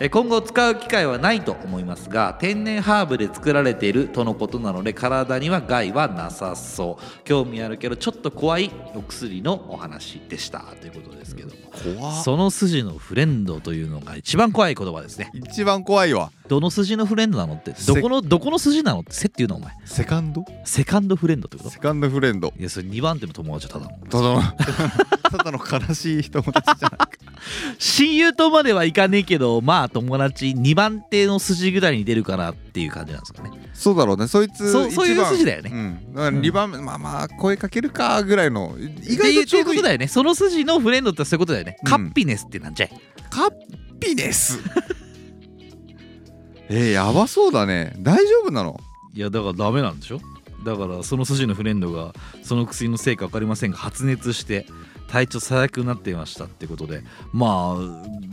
えー今後使う機会はないと思いますが天然ハーブで作られているとのことなので体には害はなさそう興味あるけどちょっと怖いお薬のお話でしたということですけども、
怖っ
その筋のフレンドというのが一番怖い言葉ですね
一番怖いわ
どの筋のフレンドなのってどこのどこの筋なのって背っていうのお前
セカンド
セカンドフレンドってこと
セカンドフレンド
いやそれ2番手の友達はただの
ただの ただの悲しい友達じゃない
親友とまではいかねえけどまあ友達2番手の筋ぐらいに出るかなっていう感じなんですかね
そうだろうねそいつ
そう
一番
そういう筋だよね
うん、だから2番目、まあまあ声かけるかぐらいの意
意
外
外
と
と
ち
ち
ょ
ょ
うどいい
うどいいうことだよねその筋のフレンドってそういうことだよね、
うん
カッピネスってなんじゃい
カッピネス えー、やばそうだね大丈夫なの
いやだからダメなんでしょだからその筋のフレンドがその薬のせいか分かりませんが発熱して体調最悪になっていましたってことでまあ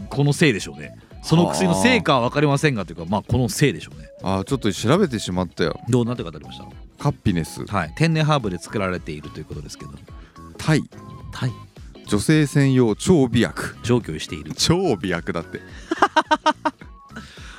このせいでしょうねその薬のせいかは分かりませんがというかまあこのせいでしょうね
あーちょっと調べてしまったよ
どうなって語りまし
カッピネス
たはい天然ハーブで作られているということですけど
タイ
はい
女性専用超美薬
上居している
超美薬だって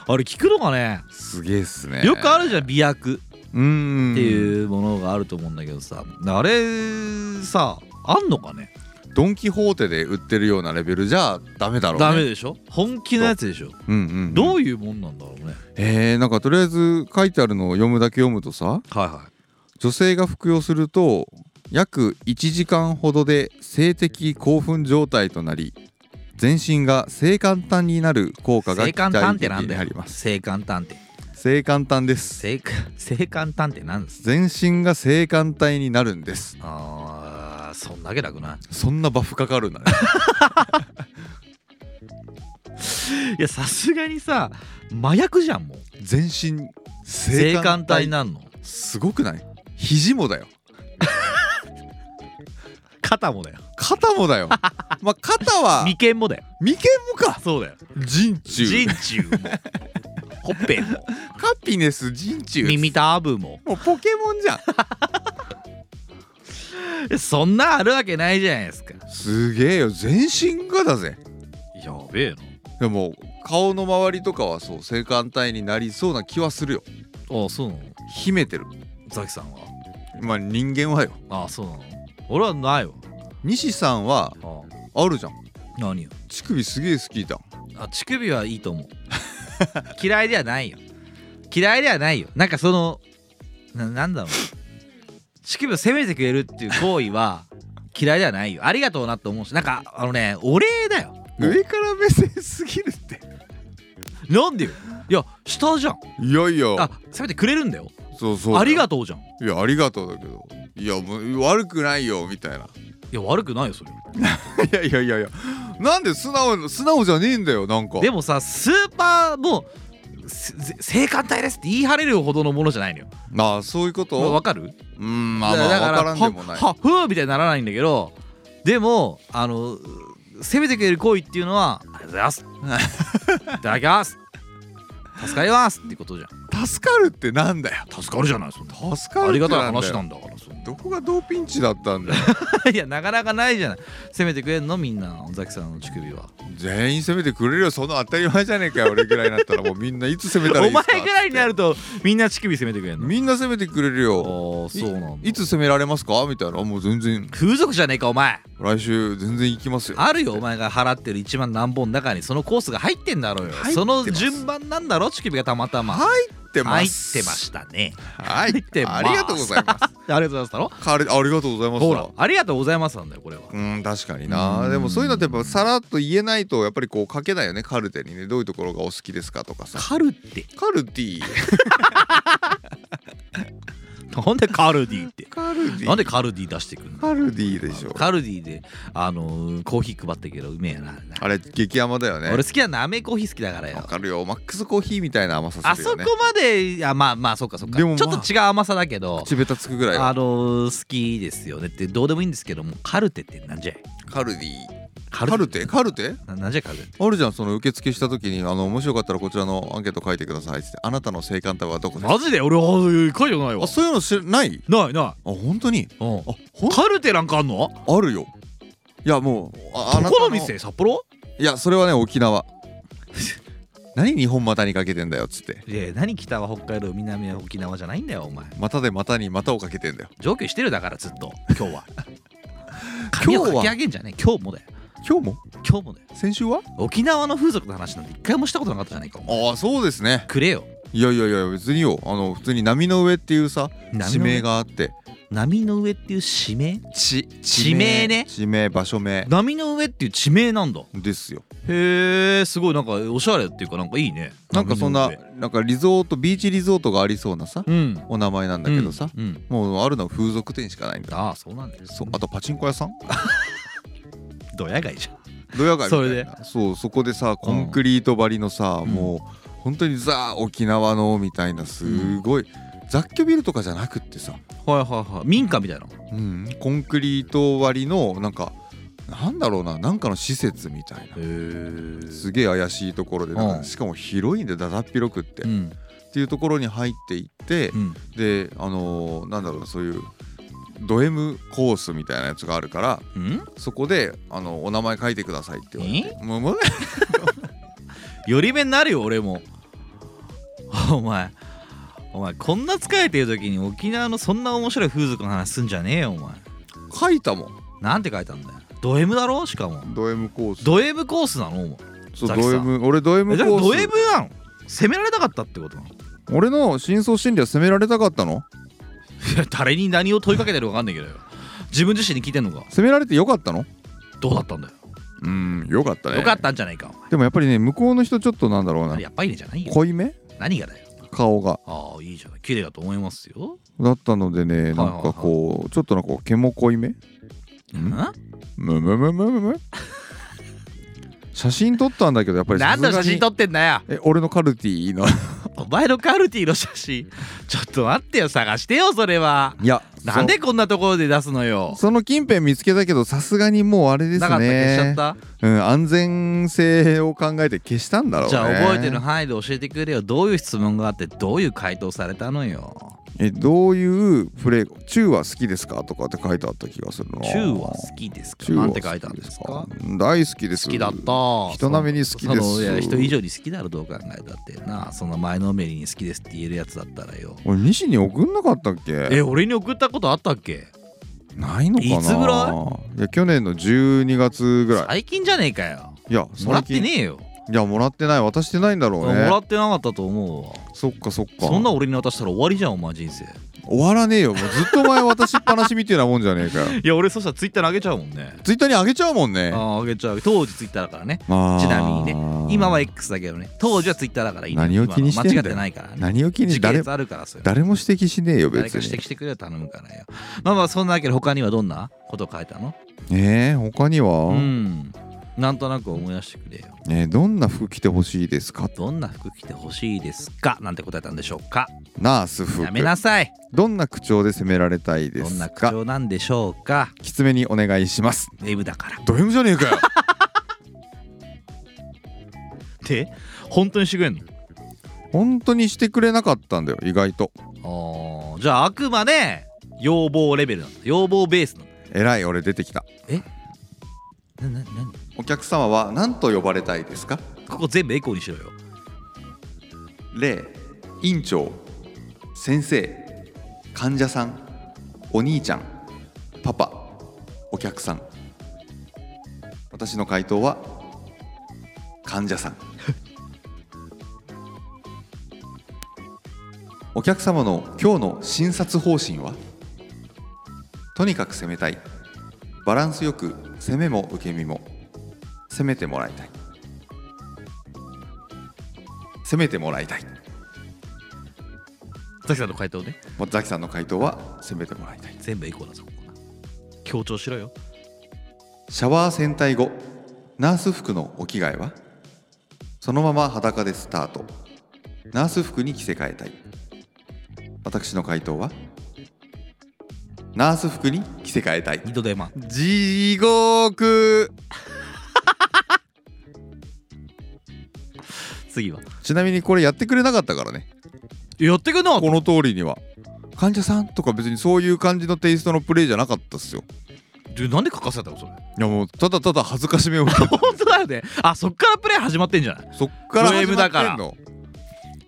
あれ聞くのかね
すげえっすね
よくあるじゃん美薬
うーん
っていうものがあると思うんだけどさあれさあんのかね
ドン・キホーテで売ってるようなレベルじゃダメだろうね
ダメでしょ本気のやつでしょ
うんうんうん
どういうもんなんだろうね
えー、なんかとりあえず書いてあるのを読むだけ読むとさ
はいは
女性が服用すると約1時間ほどで性的興奮状態となり全身が性感炭になる効果が
性
期
感探
待
偵
的
なんだ
に
よ
あります
性感探偵
性感炭です
性感性感探偵なんです
全身が性感帯になるんです
あーそんだけ楽な
そんなバフかかるん だね
いやさすがにさ麻薬じゃんもう
全身性
性感
感
帯
帯
になんの
すごくない肘もだよ
肩もだよ
肩もだ よまあ肩は
眉間もだよ
眉間もか
そうだよ
人中
人中 もほっぺも
カピネス人中
耳たぶも
もうポケモンじゃん
いやそんなあるわけないじゃないですか
すげえよ全身がだぜ
やべえな
でも顔の周りとかはそう性感帯になりそうな気はするよ
あそうなの
秘めてる
ザキさんは
まあ人間はよ
ああそうなの俺はないわ
西さんは
あ
あるじゃん
何よ
乳首すげえ好きだ
あ乳首はいいと思う嫌いではないよ嫌いではないよなんかそのななんだろう乳首を責めてくれるっていう行為は嫌いではないよありがとうなって思うしなんかあのねお礼だよ
上から目線すぎるって
なんでよいや下じゃん
いやいや
あ責めてくれるんだよ
そうそう
ありが
と
とうじゃんいう
いやありがとうだけどいやもう悪くないよみたいな
や悪くないよそれ
いやいやいやいやなんで素直素直じゃねえんだよなんか
でもさスーパーもうせ性感帯ですって言い張れるほどのものじゃないのよ
まあそういうこ
わわ
と
かる
うんまあまあ
だ
分からんで
は
もない
はふーみたいにならないんだけどでもあの攻めてくれる行為っていうのはありがとうご ざいますいただきます助かりますってことじゃん
助かるってなんだよ
助かるじゃないそんな
助かる
あ
っ
り
てな
が
んだよ
たい話なんだからそんな
どこが同ピンチだったんだよ
いやなかなかないじゃない攻めてくれんのみんな尾崎さんの乳首は
全員攻めてくれるよその当たり前じゃねえかよ俺ぐらいになったらもうみんないつ攻めたらい
お
いです
前
か
ぐらいになるとみんな乳首攻めてくれんの
みんな攻めてくれる
ああ
よ
そうなんだ
いつ攻められますかみたいなもう全然
風俗じゃねえかお前
来週全然行きますよ
あるよお前が払ってる1万何本の中にそのコースが入ってんだろうよ
入ってます
その順番なんだろ乳首がたまたま
入ってま
入っ
す
てましたね
はい
入ってます
ありがとうございます
ありがとうございますだろ
かれありがとうございます
ほらありがとうございますなんだよこれは
うん確かにな
うん
でもそういうのってやっぱさらっと言えないとやっぱりこう書けないよねカルテにねどういうところがお好きですかとかさ
カルデ
カルディ
ィなんでカルディって
カルディ
なんでカルディ出してくんの
カルディでしょ
カルディであのーコーヒー配ってけどうめえやな
あれ激甘だよね
俺好きなのめコーヒー好きだからよ
わかるよマックスコーヒーみたいな甘さ
あ
する
そ
よ
こ
ね
までいやまあまあそっかそっか
で
ち
も
ょ
ま
っ
あ
と違う甘さだけど
口ベタつくぐらい
あ
よ
のー好きですよねってどうでもいいんですけどもカルテってなんじゃい
カルディカルテカルテ
ななんじゃカルテ
あるじゃんその受付した時にあのもしよかったらこちらのアンケート書いてくださいっつってあなたの性感帯はどこですか
マジで俺は書いてないわ
あそういうの知らない
ないな
あ本当に
い、うん
あ、ほん
カルテなんかあんの
あるよいやもうああ
ど
なた
この店札幌
いやそれはね沖縄 何日本股にかけてんだよっつって
いや何北は北海道南は沖縄じゃないんだよお前
股で股に股をかけてんだよ
上級してるだからずっと今日は髪を
今日
か
は
き上げんじゃねえ今日もだよ
今日も
今日もだよ
先週は
沖縄の風俗の話なんて一回もしたことなかったじゃないかお前
ああそうですね
くれよ
いやいやいや別によあの普通に波の上っていうさ
波の上
地名があって
波の上っていう地名
地
地名ね
地名場所名
波の上っていう地名なんだ
ですよ
へえすごいなんかおしゃれっていうかなんかいいね
なんかそんな
波の
なんかリゾートビーチリゾートがありそうなさ
上うん
お名前なんだけどさ、
うんうん
もうあるのは風俗店しかないんだ
ああそうなんだよ
そうあとパチンコ屋さん
ドヤ街じゃん
ドヤ街みたいな
それで
そうそこでさコンクリート張りのさ、
うん
もう本当にザ沖縄のみたいなすごい、雑居ビルとかじゃなくってさ、
はいはいはい民家みたいな
うん、コンクリート張りのなんかなんだろうななんかの施設みたいな。すげえ怪しいところでなんか、
うん
しかも広いんでだだっ広くって、
う
っ
ん
ていうところに入っていって、
うん
であのーなんだろうなそういうド M コースみたいなやつがあるから
うん
そこであのお名前書いてくださいって言われてもうもう
より目になるよ俺もお前お前こんな疲れてる時に沖縄のそんな面白い風俗の話すんじゃねえよお前
書いたもん
なんて書いたんだよド M だろしかも
ド M コース
ド M コースなのお前
そう
ザキさん
ド M 俺ド
え
M
じ
コ
ゃあド
ー
M
ス
なの責められたかったってことなのい
俺の真相心理は責められたかったの
や誰に何を問いかけてるか分かんないけどよ自分自身に聞いてんのか
責められてよかったの
どうだったんだよ、
うんよかったね
よかったんじゃないか
でもやっぱりね向こうの人ちょっとなんだろう
お
な
前やっぱりねじゃないよ
濃いめ
何がだよ
顔が
ああいいじゃない綺麗だと思いますよ、
だったのでね
い
な
はい
んかこうちょっとなんか毛も濃いめ
うん、
むむむむむむ写真撮ったんだけどやっぱりさ
何
すが
の
に
写真撮ってんだよ
え俺のカルティの
お前のカルティの写真ちょっと待ってよ探してよそれはい
や
なんでこんなところで出すのよ
そその近辺見つけたけどさすがにもうあれですね
なかった消しちゃった、
うん、安全性を考えて消したんだろうね
じゃあ覚えてる範囲で教えてくれよどういう質問があってどういう回答されたのよ
えどういうプレイ「チューは好きですか?」とかって書いてあった気がするな
チューは好きですか
チューは好
なん
き
て書いたんですか
大好きです
好きだった
人並みに好きです
そのいや人以上に好きだろどう考えたってなその前のめりに好きですって言えるやつだったらよ
俺西に送んなかったっけ
え俺に送ったことあったっけ
ないのかない
つぐら
いいや去年の12月ぐらい
最近じゃねえかよ
いや
もらって
最近
ねえよ、
いやもらってない渡してないんだろう
もら
ね
ってなかったと思うわ
そっかそっか
そんな俺に渡したら終わりじゃんお前人生
終わらねえよもうずっとお前渡しっぱなしみたいなもんじゃねえかよ
いや俺そしたらツイッターにあげちゃうもんね
ツイッターにあげちゃうもんね
ああげちゃう当時ツイッターだからね
あー
ちなみにね今は X だけどね当時はツイッターだからいい、ね、
何を気にしてんだよ
今の間違ってないからね
何を気に
時系
誰
列あるからそれ
誰も指摘しねえよ
誰
別
か指
に
摘してくれよ頼むからよまあまあそんなわけで他にはどんなこと書いたの
えー、他に
う
は、
んなんとなく思い出してくれよ
ねえどんな服着てほしいですか
どんな服着てほしいですかなんて答えたんでしょうか
ナース服
やめなさい
どんな口調で攻められたいで
どん
す
な口
か
調なんでしょうか
きつめにお願いします
デブだから
ド M じゃねえ かよ
で本当にしてくれんの
本当にしてくれなかったんだよ意外と
あーじゃああくまで要望レベルなんだ要望ベースなんだ
偉い俺出てきた
ななな
お客様は何と呼ばれたいですか
ここ全部エコーにしろよ
例院長先生患者さんお兄ちゃんパパお客さん私の回答は患者さん お客様の今日の診察方針はとにかく攻めたいバランスよく攻めも受け身も攻めてもらいたい攻めてもらいたい
ザキさんの回答ね
もうザキさんの回答は攻めてもらいたい
全部エコーだぞここな強調しろよ
シャワー洗体後ナース服のお着替えはそのまま裸でスタートナース服に着せ替えたい私の回答はナース服に着せ替えたい
二度手間
地獄
次は
ちなみにこれやってくれなかったからね
やってくんの
この通りには患者さんとか別にそういう感じのテイストのプレイじゃなかったっすよ
でなんで書かせたのそれ
いやもうただただ恥ずかしめを受けた
本当だよねあそっからプレイ始まってんじゃない
そっから
ド
始ま
M
っ
だか
て
ら
んの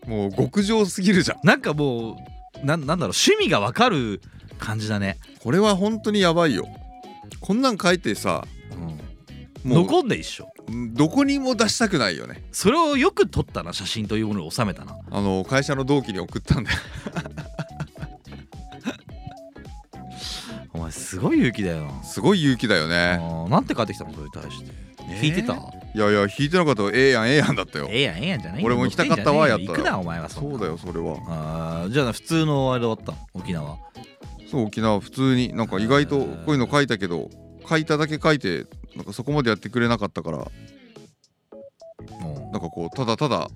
もう極上すぎるじゃん
なんかもうなんなんだろう趣味がわかる感じだね、
これは本当にやばいよこんなん書いてさも
残んで一緒
うどこにも出したくないよね
それをよく撮ったな写真というものを収めたな
あの会社の同期に送ったんだよ
お前すごい勇気だよ
すごい勇気だよ
あ
ね
ーなんて返ってきたのそれに対して聞いてた
いやいや引いてなかったらええやんええやんだったよ
ええやんええやんじゃない
俺も行きたかったわ
乗てんじゃね
や
えよ
ったら
行くなお前はん
そ
な
うだよそれは
あーじゃあ普通のあれで終わったの沖縄
そう沖縄普通になんか意外とこういうの書いたけど書いただけ書いてなんかそこまでやってくれなかったからなんかこうただただ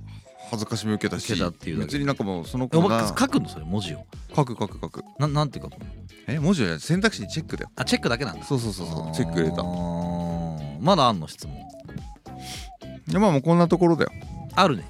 恥ずかしみ受けたし
受けたっていうだけ
別になんかもうその
お
子
前
が
書くのそれ文字を
書く書く書く
ななんて書くの
え文字は選択肢にチェックだよ
あチェックだけなんだ
そうそうそうそうチェック入れた
あーまだあんの質問
いやまあもうこんなところだよ
あるね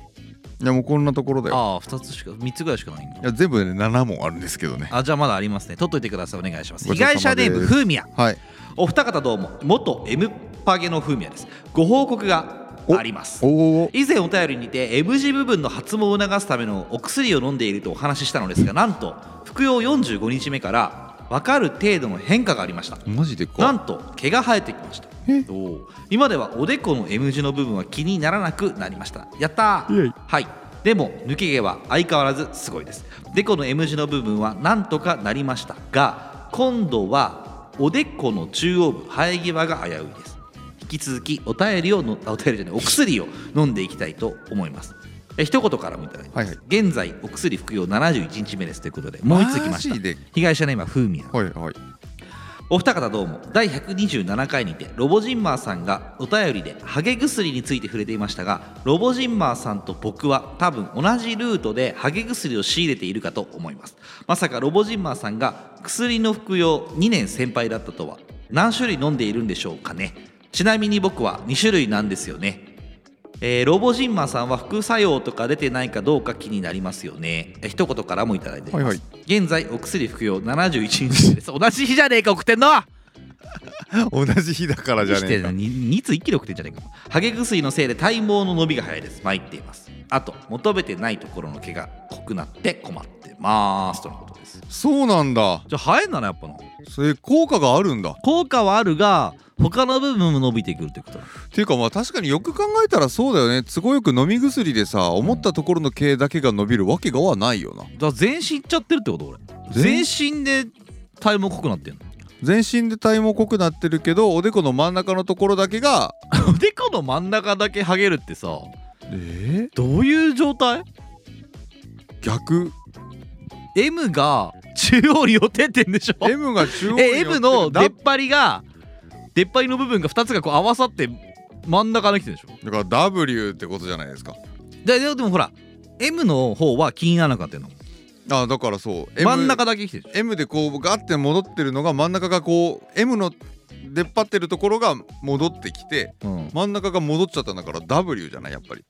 いやもうこんなところだよ
ああ2つしか3つぐらいしかないん
い
だ
や全部でね7問あるんですけどね
あじゃあまだありますね取っといてくださいお願いします
ご
被
ちそうさま
害者ネーム
です
フーミヤ
はい
お二方どうも元 M パゲのフーミヤですご報告があります
おおお
以前お便りにて M 字部分の発毛を促すためのお薬を飲んでいるとお話ししたのですがなんと服用45日目から分かる程度の変化がありました
マジでか
なんと毛が生えてきました
え
おお今ではおでこの M 字の部分は気にならなくなりましたやったー
イエイ
はいでも抜け毛は相変わらずすごいですでこの M 字の部分はなんとかなりましたが今度はおでこの中央部生え際が危ういです引き続きお便りをのあお便りじゃないお薬を飲んでいきたいと思いますえ一言からもいただいてます、
はいは
現在お薬服用71日目ですということでもう一つきまし
マジで
た被害者の今風味や
はいはい
お二方どうも第127回にてロボジンマーさんがお便りでハゲ薬について触れていましたがロボジンマーさんと僕は多分同じルートでハゲ薬を仕入れているかと思いますまさかロボジンマーさんが薬の服用2年先輩だったとは何種類飲んでいるんでしょうかねちなみに僕は2種類なんですよねえーロボジンマさんは副作用とか出てないかどうか気になりますよね、えー一言からもいただいています、
はいはい
現在お薬服用71日です同じ日じゃねえか送ってんの
同じ日だからじゃ
して
ねえ
んの
か
2つ一気に送ってんじゃねえかハゲ薬のせいで体毛の伸びが早いです参っていますあと求めてないところの毛が濃くなって困ってますとのことです
そうなんだ
じゃあ生えんだなやっぱな
それ効果があるんだっ
効果はあるが他の部分も伸びてくるってこと
ていうかまあ確かによく考えたらそうだよね都合よく飲み薬でさ思ったところの毛だけが伸びるわけがはないよな
だから全身いっちゃってるってこと俺全
全
身で体毛濃くなってんの
全身で体毛濃くなってるけどおでこの真ん中のところだけが
おでこの真ん中だけハゲるってさ
え
どういう状態
逆
?M が中央に寄ってってんでしょ
M が中央に寄って
え M の出
だ
っ張りが出っ張りの部分が2つがこう合わさって真ん中に来てるでしょ
だから W ってことじゃないですか
でででもほら M の方は気にならなくなってんの
あだからそう、M、
真ん中だけ来てるでし
M でこうガッて戻ってるのが真ん中がこう M の出っ張ってるところが戻ってきて
ょ、うん、
真ん中が戻っちゃったんだから W じゃないやっぱり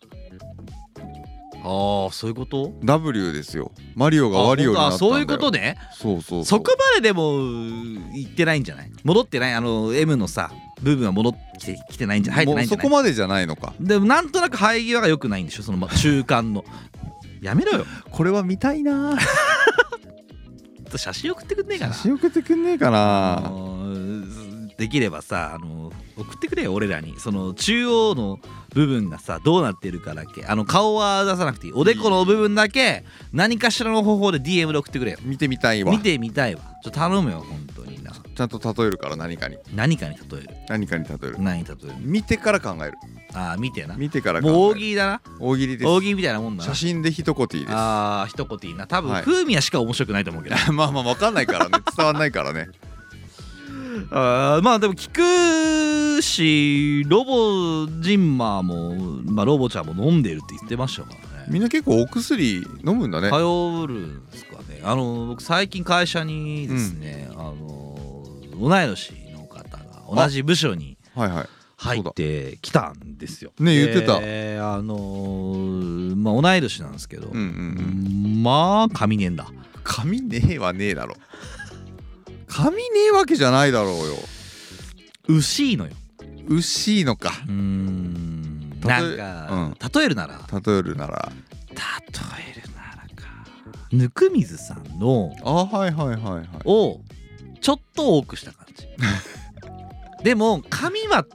ああそういうこと
W ですよマリオがワリオにな
あ
ったんだよ
そういうことね
そうそう
そこまででも行ってないんじゃない戻ってないあの M のさ部分は戻ってきてないんじゃない入って
も
な
う
いんじ
そ
ゃない
こまでじゃないのか
でもなんとなく生え際が良くないんでしょそのま中間のやめろよ
これは見たいな
写真送ってくんねえかな
送ってくんねえか
あのーできればさ、あのー送ってくれよ俺らにその中央の部分がさどうなってるかだけあの顔は出さなくていいおでこの部分だけ何かしらの方法で DM で送ってくれよ
見てみたいわ
見てみたいわちょっと頼むよ本当にな
ちゃんと例えるから何かに
何かに例える
何かに例える
何に例える
見てから考える
ああ見てなも
見てから考え
う
る
大喜利だな
大喜利です
大喜利みたいなもんだな
写真で一言いいですま
ああ一言いいな多分、
はい
風味はしか面白くないと思うけど
あ まあ分かんないからね伝わんないからね
あーまあでも聞くしロボジンマーも、まあ、ロボちゃんも飲んでるって言ってましたからね
みんな結構お薬飲むんだね
通るんですかねあの僕最近会社にですね、あの同い年の方が同じ部署に
はいはい
入ってきたんですよ。
ね言ってた
であのーまあ同い年なんですけど、
うんうん
まあ紙ねんだ。
うん紙ねえはねえだろ紙ねえわけじゃないだろうよ
薄いのよ。
牛のか
うーん
例え
なんか、例えるなら
例えるなら
例えるならかぬくみずさんの
あはいはいはいはい
をちょっと多くした感 じでも髪は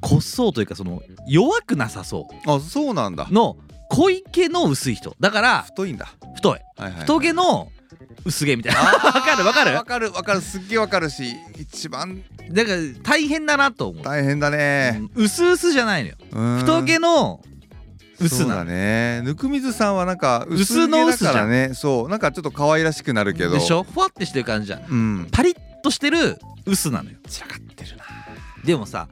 こっそうというかその弱くなさそ
あそうなんだ
うの濃い毛の薄い人だから
太いんだ
太い
はいはい
太毛 の薄毛みたいなわかるわかる
わかるわかるすっげえわかるし一番
だから大変だなと思う、
大変だね
うん薄々じゃないのよ
太
太毛の薄
そう
な
だねぬくみずさんはなんか薄
薄の
毛だ
薄じゃ
か
ん
らねそうなんかちょっと可愛らしくなるけど
でしょふわってしてる感じじゃん
うん
パリッとしてる薄なのよ
散らかってるな
でもさ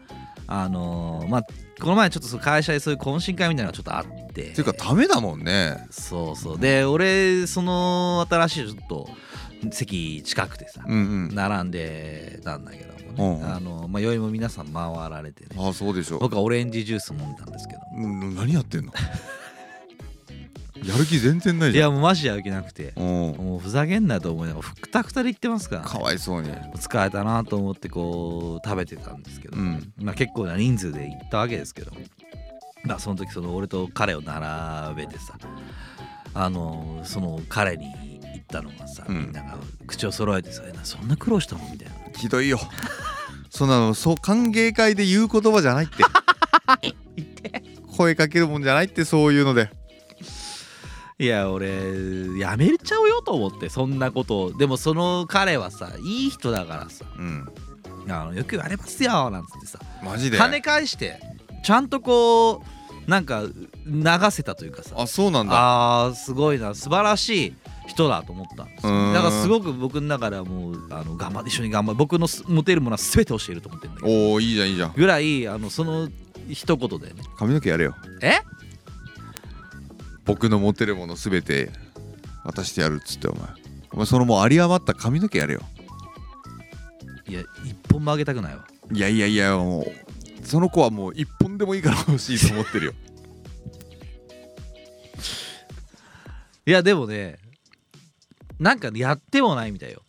あのーまあこの前ちょっとその会社でそういう懇親会みたいなのがちょっとあって
ていうかダメだもんね
そうそうで俺その新しいちょっと席近くてさ、
うん
並んでたんだけどもね、
うんうん
あのーまあ酔いも皆さん回られてね
うんあそうでしょ
僕はオレンジジュース飲んだんですけど
うん何やってんのやる気全然ない
い
じゃん
やもうマジやる気なくて
うん
もうふざけんなと思いながらふくたくたで行ってますからね、
かわいそうに
疲れたなと思ってこう食べてたんですけど、
うん
まあ、結構な人数で行ったわけですけど、まあ、その時その俺と彼を並べてさあのその彼に言ったのがさ、
うん
みんなが口を揃えてさ「えなそんな苦労したの?」みたいな
ひどいよそんなのそう歓迎会で言う言葉じゃないって 声かけるもんじゃないってそういうので
いや俺やめちゃうよと思ってそんなことをでもその彼はさいい人だからさ
うん
あのよく言われますよなんつってさ
マジで
跳ね返してちゃんとこうなんか流せたというかさ
あそうなんだ
あーすごいな素晴らしい人だと思ったんですよ
うーん
だからすごく僕の中ではもうあの頑張って一緒に頑張る僕のす持てるものは全て教えると思ってるんだけど
おおいいじゃんいいじゃん
ぐらいあのその一言でね
髪の毛やれよ
え
僕の持てるものすべて渡してやるっつってお前お前そのもう有り余った髪の毛やれよ
いや一本もあげたくないわ
いやいやいやもうその子はもう一本んでもいいから欲しいと思って るよ
いやでもねなんかやってもないみたいよ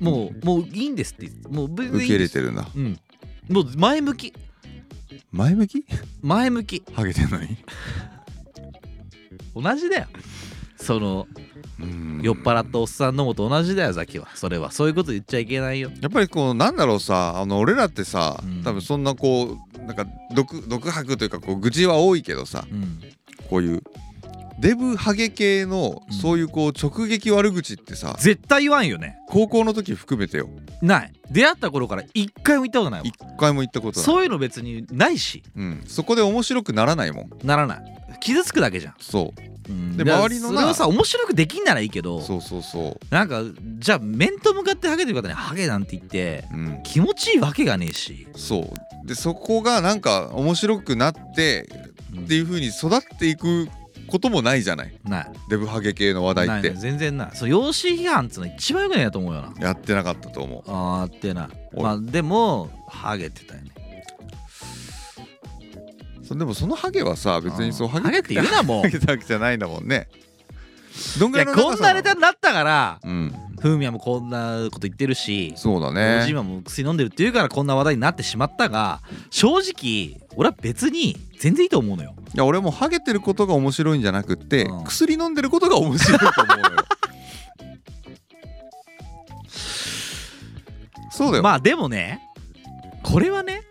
もうもういいんですってもう受
受け入れてるんだ
うんもう前向き
前向き
前向き
ハゲてん のに
同じだよその
うん
酔っ払ったおっさんのもと同じだよザキはそれはそういうこと言っちゃいけないよ
やっぱりこうなんだろうさあの俺らってさ、
うん
多分そんなこうなんか毒毒白というかこう愚痴は多いけどさ
うん
こういうデブハゲ系の
うん
そういうこう直撃悪口ってさ、
絶対言わんよね
高校の時含めてよ
ない出会った頃から一回も言ったことないわ
一回も言ったことない
そういうの別にないし
うん、そこで面白くならないもん
ならない傷つくだけじゃん、
そう
うん
で
だから
周りのな
それをさ面白くできんならいいけど
そうそうそう
なんかじゃあ面と向かってハゲてる方にハゲなんて言って
うん
気持ちいいわけがねえし、
そうでそこがなんか面白くなって
うん
っていう風に育っていくこともないじゃない
ない
デブハゲ系の話題
な
っ
い
て
ない全然ないそう養子批判っつうの一番よくないなと思うよな
やってなかったと思
あーってな
おい
まあでもハゲてたよね
うそでもそのハゲはさ別にそう
あー
ハゲ
って言うなもう
ハゲたわけじゃないんだもんねどん
い
ぐら
や
いの長さ
こんなネタになったから
うん
ふみやもこんなこと言ってるし
そうだ
おじい
ね
まも薬飲んでるっていうからこんな話題になってしまったが正直俺は別に全然いいと思うのよ
いや俺もハゲてることが面白いんじゃなくって、
うん
薬飲んでることが面白いと思うのよそうだよ、
まあでもねこれはね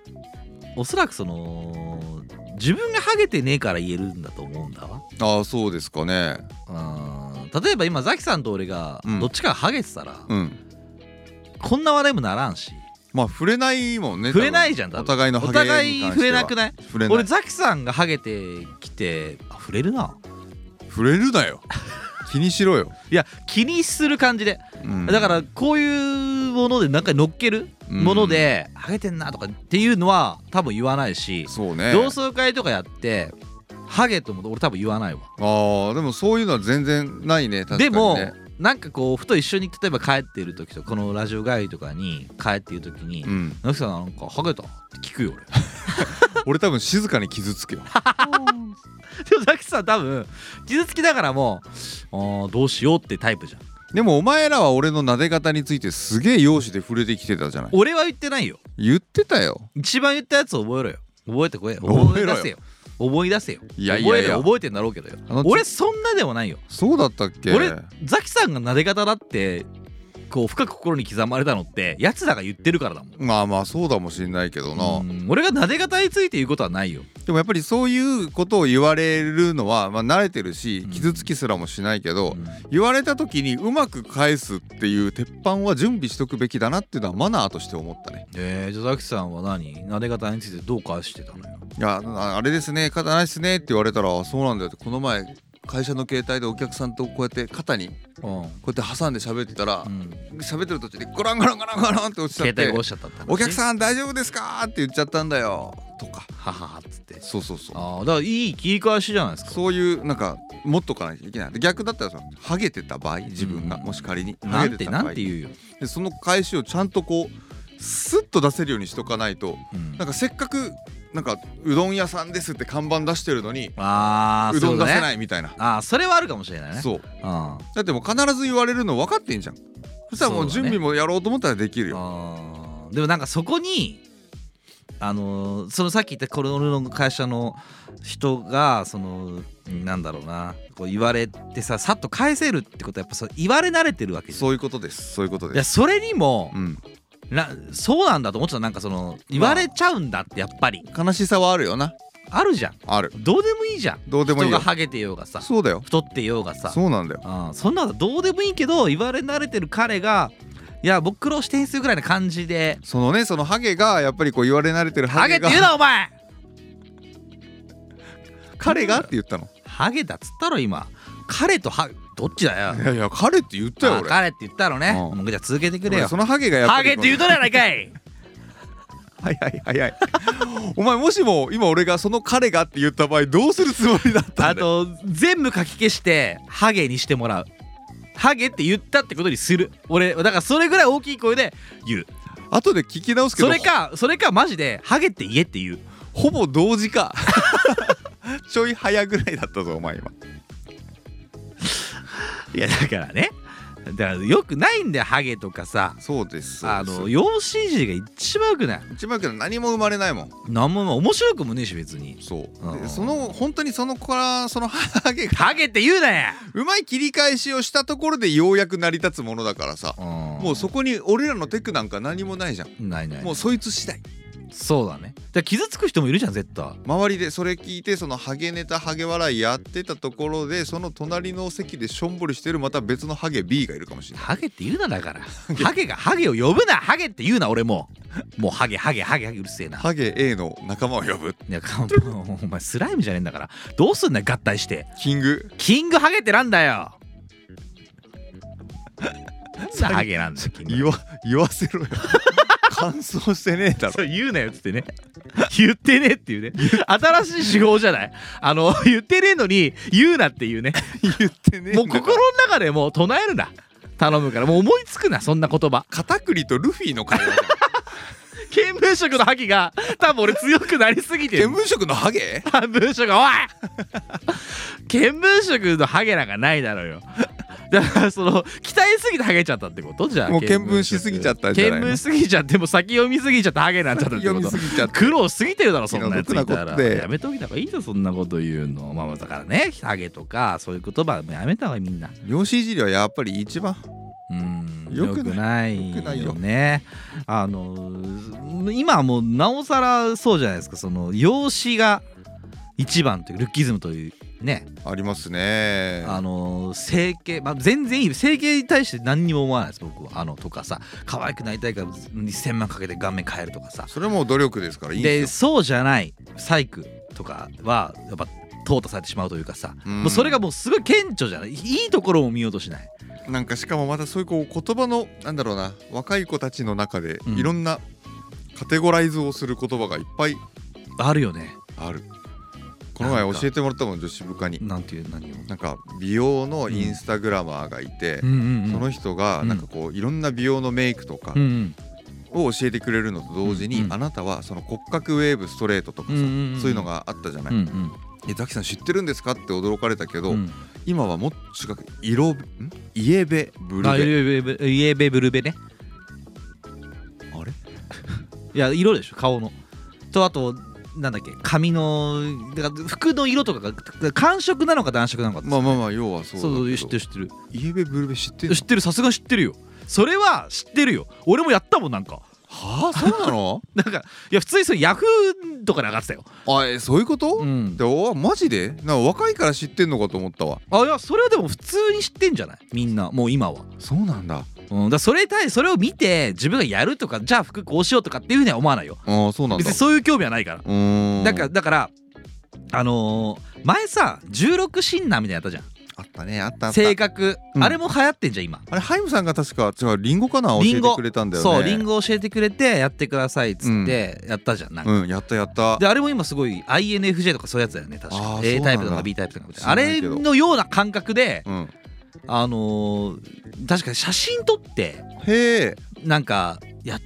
おそらくその自分がハゲてねえから言えるんだと思うんだわ
ああそうですかね
うん例えば今ザキさんと俺が
うん
どっちかがハゲてたら、
うん
こんな話題もならんし
まあ触れないもんね
触れないいじゃん
お
多分
互いのハ
お
ゲに関しては
互い触れなくない
触れない
俺ザキさんがハゲてきてあ触れるな
触れるなよ気にしろよ、
いや気にする感じで、
うん
だからこういうものでなんか乗っける
うん
もので、ハゲてんなとかっていうのは多分言わないし、
そうね
同窓会とかやってハゲとも俺多分言わないわ、
あーでもそういうのは全然ないね確かにね
でもなんかこうふと一緒に例えば帰ってる時とかこのラジオ帰りとかに帰ってる時に
うん、
「野、木、さんなんかハゲた?」って聞くよ俺
俺多分静かに傷つくよ
でもザキさん多分傷つきだからもうあーどうしようってタイプじゃん
でもお前らは俺の撫で方についてすげえ容姿で触れてきてたじゃない
俺は言ってないよ
言ってたよ
一番言ったやつを覚えろよ覚えてこい
覚
覚
え
え
ろ
出
よ
せよ思い出せよ
いやいやいや
覚える覚えてんだろうけどよ
あの
俺そんなでもないよ
そうだったっけ
俺ザキさんが撫で方だってこう深く心に刻まれたのってやつらが言ってるからだもん
まあまあそうだもしんないけどな、
うん俺が撫で方について言うことはないよ
でもやっぱりそういうことを言われるのは、まあ、慣れてるし
うん
傷つきすらもしないけど、
うん
言われた時にうまく返すっていう鉄板は準備しとくべきだなっていうのはマナーとして思ったね
えー、じゃあザキさんは何撫で方についてどう返してたのよ
いやああれですね肩ないですねって言われたらあそうなんだよってこの前会社の携帯でお客さんとこうやって肩に
う
こうやって挟んで喋ってたら
ん、うん、
喋ってる途中でゴロンゴロンゴロンゴロンって落ちちゃ
携
っ
帯
て
が落ちちゃったって話
「お客さん大丈夫ですか?」って言っちゃったんだよとか
はははっつって
そうそうそう
ああだからいい切り返しじゃないですか
そういうなんか持っとかなきゃいけないで逆だったらさハゲてた場合自分が、
うん
もし仮にハ
な
ゲて
んて
た場
な
合
んて言うよ、
でその返しをちゃんとこうスッと出せるようにしとかないと
うん
なんかせっかくなんかうどん屋さんですって看板出してるのに
ああ
うどん出せ
い
ないみたいな
ああそれはあるかもしれないね
そう
うんあ
だってもう必ず言われるの分かってんじゃんそしたらもう
そう
準
だね
備もやろうと思ったらできるよ
ーでもなんかそこにあのーそのさっき言ったこれ俺の会社の人がそのなんだろうなこう言われてささっと返せるってことはやっぱそう言われ慣れてるわけじゃん
そういうことですそういうこと
いや
です
それにも
う、ん
なそうなんだと思ってたなんかその言われちゃうんだってやっぱり
悲しさはあるよな
あるじゃん
ある
どうでもいいじゃん
どうでもいい
人
よ
がハゲてようがさ
そうだよ
太ってようがさ
そうなんだよ
うん、そんなのどうでもいいけど言われ慣れてる彼がいや僕苦労してんすよぐらいな感じで
そのねそのハゲがやっぱりこう言われ慣れてる
「ハ
ハ
ゲっ
ゲが
て言うなお前!」
彼がって言った の
「ハゲだ」っつったろ今彼とハどっちだよ
いやいや彼って言ったよ
あ
俺
彼って言ったろね、
うん
もうじゃあ続けてくれ
俺
よ
そのハゲがやっぱ
ハ
り
ゲって言うとるやないかい
早い早いお前もしも今俺がその彼がって言った場合どうするつもりだった
あ
んだよ
と全部かき消してハゲにしてもらうハゲって言ったってことにする俺だからそれぐらい大きい声で言う
後で聞き直すけど
それかそれかマジでハゲって言えって言う
ほぼ同時か ちょい早ぐらいだったぞお前今
いやだからねだからよくないんだよハゲとかさ
そうですそう
あ
です
の養子いじりが一番よくない
一番けど何も生まれないもん
何も面白くもねえし別に
そう
うん
でその本当にその子からそのハゲが
ハゲって言うなや
うまい切り返しをしたところでようやく成り立つものだからさも
も
うそこに俺らのテクなんか何もないじゃん
ないない
もうそいつ次第
そうだねだから傷つく人もいるじゃん絶対
周りでそれ聞いてそのハゲネタハゲ笑いやってたところでその隣の席でしょんぼりしてるまた別のハゲ B がいるかもしれない
ハゲって言うなだから ハゲがハゲを呼ぶなハゲって言うな俺ももうハゲハゲハゲハゲうるせえな
ハゲ A の仲間を呼ぶ
いやかお前スライムじゃねえんだからどうすんだよ合体して
キング
キングハゲってなんだよ さあハゲなんだよキング
言わ言わ せろよ感想してねえだろ
そう言うなよっつってね 言ってねえっていうね新しい手法じゃないあの言ってねえのに言うなっていうね
言ってねえんだ
も
か
う
ら
心の中でもう唱えるな頼むからもう思いつくなそんな言葉
片栗とルフィの会話
見聞色の覇気が多分俺強くなりすぎて
天
る
文色のハゲ
見聞色おい見聞色のハゲなんかないだろうよだからその期待すぎてハゲちゃったってことじゃあ
もう見聞しすぎちゃったんじゃないの
見聞すぎちゃってもう先読みすぎちゃってハゲになっちゃったって
読
こ
みす
と
ぎちゃ って
苦労しすぎてるだろそんなやつい
気の
た
毒なこ
ら
とで
やめときた方がいいぞそんなこと言うのまあまあだからねハゲとかそういう言葉はもうやめた方がいいみんな
養子いじりはやっぱり一番
うん
よ
よ
く
くない
よくないよ
よねあの今はもうなおさらそうじゃないですかその容姿が一番というルッキズムというね、
ありますね
あの整形、まあ、全然いい整形に対して何にも思わないです僕はあのとかさ可愛くなりたいから2,000万かけて顔面変えるとかさ
それはもう努力ですからいいん
で
です
そうじゃないサイクとかはやっぱ淘汰されてしまうというかさ、
うん
もうそれがもうすごい顕著じゃないいいところも見ようとしない
よなんかしかもまたそういうこう言葉のなんだろうな若い子たちの中で
うん
いろんなカテゴライズをする言葉がいっぱい
あるよね
あるこの前
なんか
教えてもらったもん女子部下に
なんていう何を、
なんか美容のインスタグラマーがいて
うんうんうん
その人がなんかこういろんな美容のメイクとか
うんうん
を教えてくれるのと同時に
うん
あなたはその骨格ウェーブストレートとかさ
うん
そううん
うん
いうのがあったじゃな
う
い
んうん
えザキさん知ってるんですかって驚かれたけど
うん
今はもっと違く色んイエベブル
あイ
ベ
エベイエベブルベね
あれ
いや色でしょ顔のとあとなんだっけ髪のだから服の色とかが寒色なのか暖色なのか
まあまあまあ要はそう
そうそう知っ
だけ
てる知ってる
どイエベブルベ知ってる
知ってるさすが知ってるよそれは知ってるよ俺もやったもんなんか
はあそうな の
なんかいや普通にそれヤフーとかで上がってたよ
あえそういうこと
うん
でおマジでなんか若いから知ってんのかと思ったわ
あいやそれはでも普通に知ってんじゃないみんなもう今は
そうなんだ
うんだからそれに対してそれを見て自分がやるとかじゃあ服こうしようとかっていうふうには思わないよ
ああそうなん
別
だ
にそういう興味はないから
うーん
なんかだからあのー前さ16診断みたいなのやったじゃん
あったねあったあった
性格、
うん
あれも流行ってんじゃん今
あれハイムさんが確か違うリンゴかな教
リ
え
ン
て
ゴ
くれたんだよね
そうリンゴ教えてくれてやってくださいっつってやったじゃんなんか、
うんやったやった
であれも今すごい INFJ とかそういうやつだよね確
あ
か
ー
A タイ
そうなん
プと
だ
か B タイプとかみたい
知ら
なあ
ない
れ
けど
のような感覚で
うん
あのー確かに写真撮って
へえ
なんかやっ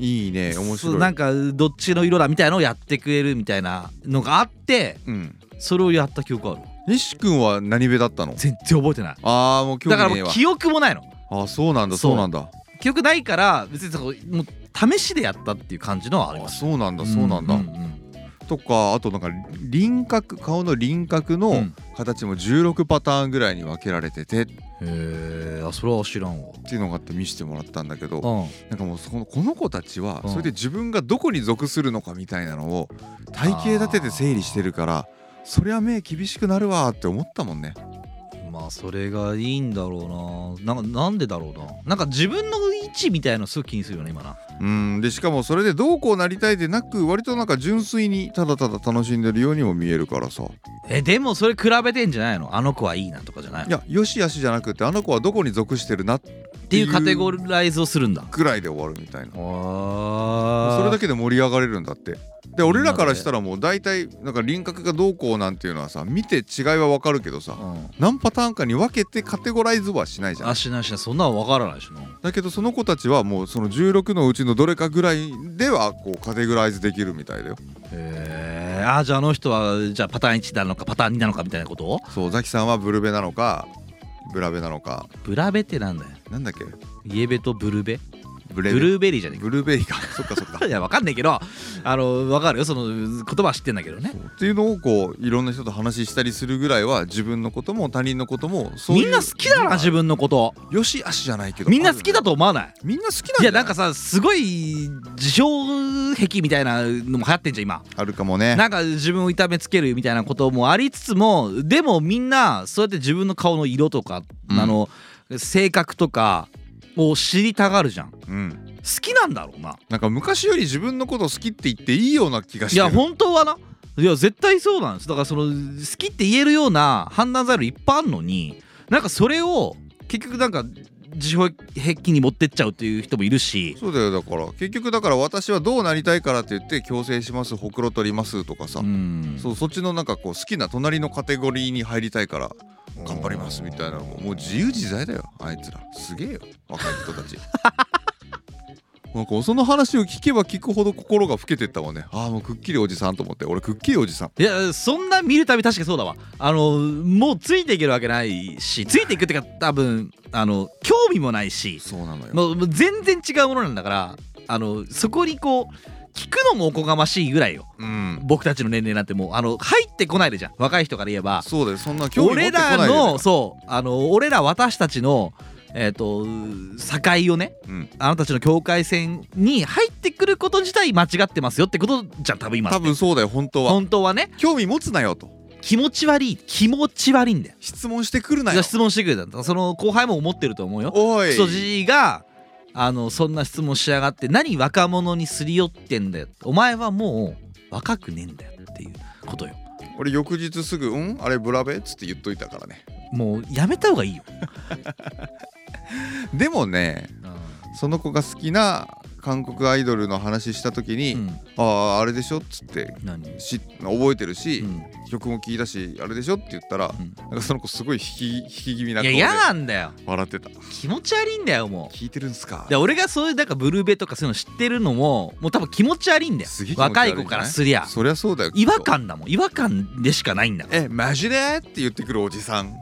いいね面白
そう
い
なんかどっちの色だみたいなのをやってくれるみたいなのがあって
うん
それをやった記憶ある
西君は何部だったの
全然覚えてない
ああもう興
だから
味ねえ
もう
わ
記憶もないの
あそうなんだ
そう
そうなんだ
記憶ないから別にそこもう試しでやったっていう感じのはあり
あ
ます
そうなんだそうなんだ
ん
とかあとなんか輪郭顔の輪郭
う
の
ん
形も16パターンぐらいに分けられててっ
へえあそれは知らんわ
ていうのがあって見せてもらったんだけど
うん
なんかもうそこのこの子たちは
うん
それで自分がどこに属するのかみたいなのを体型立てて整理してるからそりゃ目厳しくなるわーって思ったもんね
まあそれがいいんだろうななんかなんでだろうななんか自分の位置みたいなのすごい気にするよね今な
うんでしかもそれでどうこうなりたいでなく割となんか純粋にただただ楽しんでるようにも見えるからさ
えでもそれ比べてんじゃないのあの子はいいなとかじゃない
い
のっ
やよし悪しじゃなくてあの子はどこに属してるな
ていうカテゴライズをするんだ
くらいで終わるみたいな
あ
それだ
け
けで盛り上がれるんだってで俺らからしたらもう大体なんか輪郭がどうこうなんていうのはさ見て違いは分かるけどさ
う
何パターンかに分けてカテゴライズはしないじ
ん、
ゃん
あしなしなそんなの分からないしな
だけどその子たちはもうその16のうちのどれかぐらいではこうカテゴライズできるみたいだよ
へえあじゃああの人はじゃあパターン1なのかパターン2なのかみたいなこと
そうザキさんはブルベなのかブラベなのか
ブラベってなんだよ
なんだっけ
イエベとブルベ
ブ
ブ
レベ
ルーベリーじゃねえ
ブルーベリーかそっかそっか
かいや分かんないけどあの分かるよその言葉は知ってんだけどね
っていうのをこういろんな人と話したりするぐらいは自分のことも他人のこともそういう
みんな好きだな自分のこと
よし悪しじゃないけど
みんな好きだと思わない
あるみんな好きなん
い
じゃ
や
な
ないんかさすごい自傷癖みたいなのも流行ってんじゃん今
あるかもね
なんか自分を痛めつけるみたいなこともありつつもでもみんなそうやって自分の顔の色とか、
うん
あの性格とかを知りたがるじゃん好
うん
きなんだろうな
なんか昔より自分のこと好きって言っていいような気がし
い
てる
や本当はないや絶対そうなんですだからその好きって言えるような判断材料いっぱいあるのになんかそれを結局なんか自表壁に持ってっちゃうっていう人もいるし
そうだよだから結局だから私はどうなりたいからって言って強制しますほくろ取りますとかさ、
うん
そうそっちのなんかこう好きな隣のカテゴリーに入りたいから頑張りますみたいなのももう自由自在だよあいつらすげえよ若い人た ちなんかその話を聞けば聞くほど心が老けてったわねああもうくっきりおじさんと思って俺くっきりおじさん
いやそんな見るたび確かそうだわあのもうついていけるわけないしついていくっていうか多分あの興味もないし
そうなのよ
もうもう全然違うものなんだからあのそこにこう聞くのもおこがましいぐらいよ
うん
僕たちの年齢なんてもうあの入ってこないでじゃん若い人から言えば
そうだよそんな興味持って
俺
こない
ら
で
のそうあの俺ら私たちのえっ、と境をね
うん、
あなたたちの境界線に入ってくること自体間違ってますよってことじゃん多分今って
多分そうだよ本当は
本当はね
興味持つなよと
気持ち悪い気持ち悪いんだよ
質問してくるな
じゃ
よ
あ質問してくれたのその後輩も思ってると思うよ
お
ク
い
ソじいがあのそんな質問しやがって何若者にすり寄ってんだよお前はもう若くねえんだよっていうことよ
俺翌日すぐ「うんあれブラベ?」っつって言っといたからね
もうやめた方がいいよ、
でもね
う
その子が好きな韓国アイドルの話した時に「
ん、
あああれでしょ」っつって
何、
し覚えてるし、
うん
曲も聞いたしあれでしょって言ったら、
ん
なんかその子すごい引き引き気味ない顔
や
で
嫌なんだよ
笑ってた
気持ち悪いんだよもう
聞いてるんすか
で俺がそういうなんかブルーベとかそういうの知ってるのももう多分気持ち悪いんだよ
すげえ気持ち悪いんじゃ
若
ない
い子からすりゃ
そりゃそうだよきっと
違和感だもん違和感でしかないんだから
えマジでって言ってくるおじさん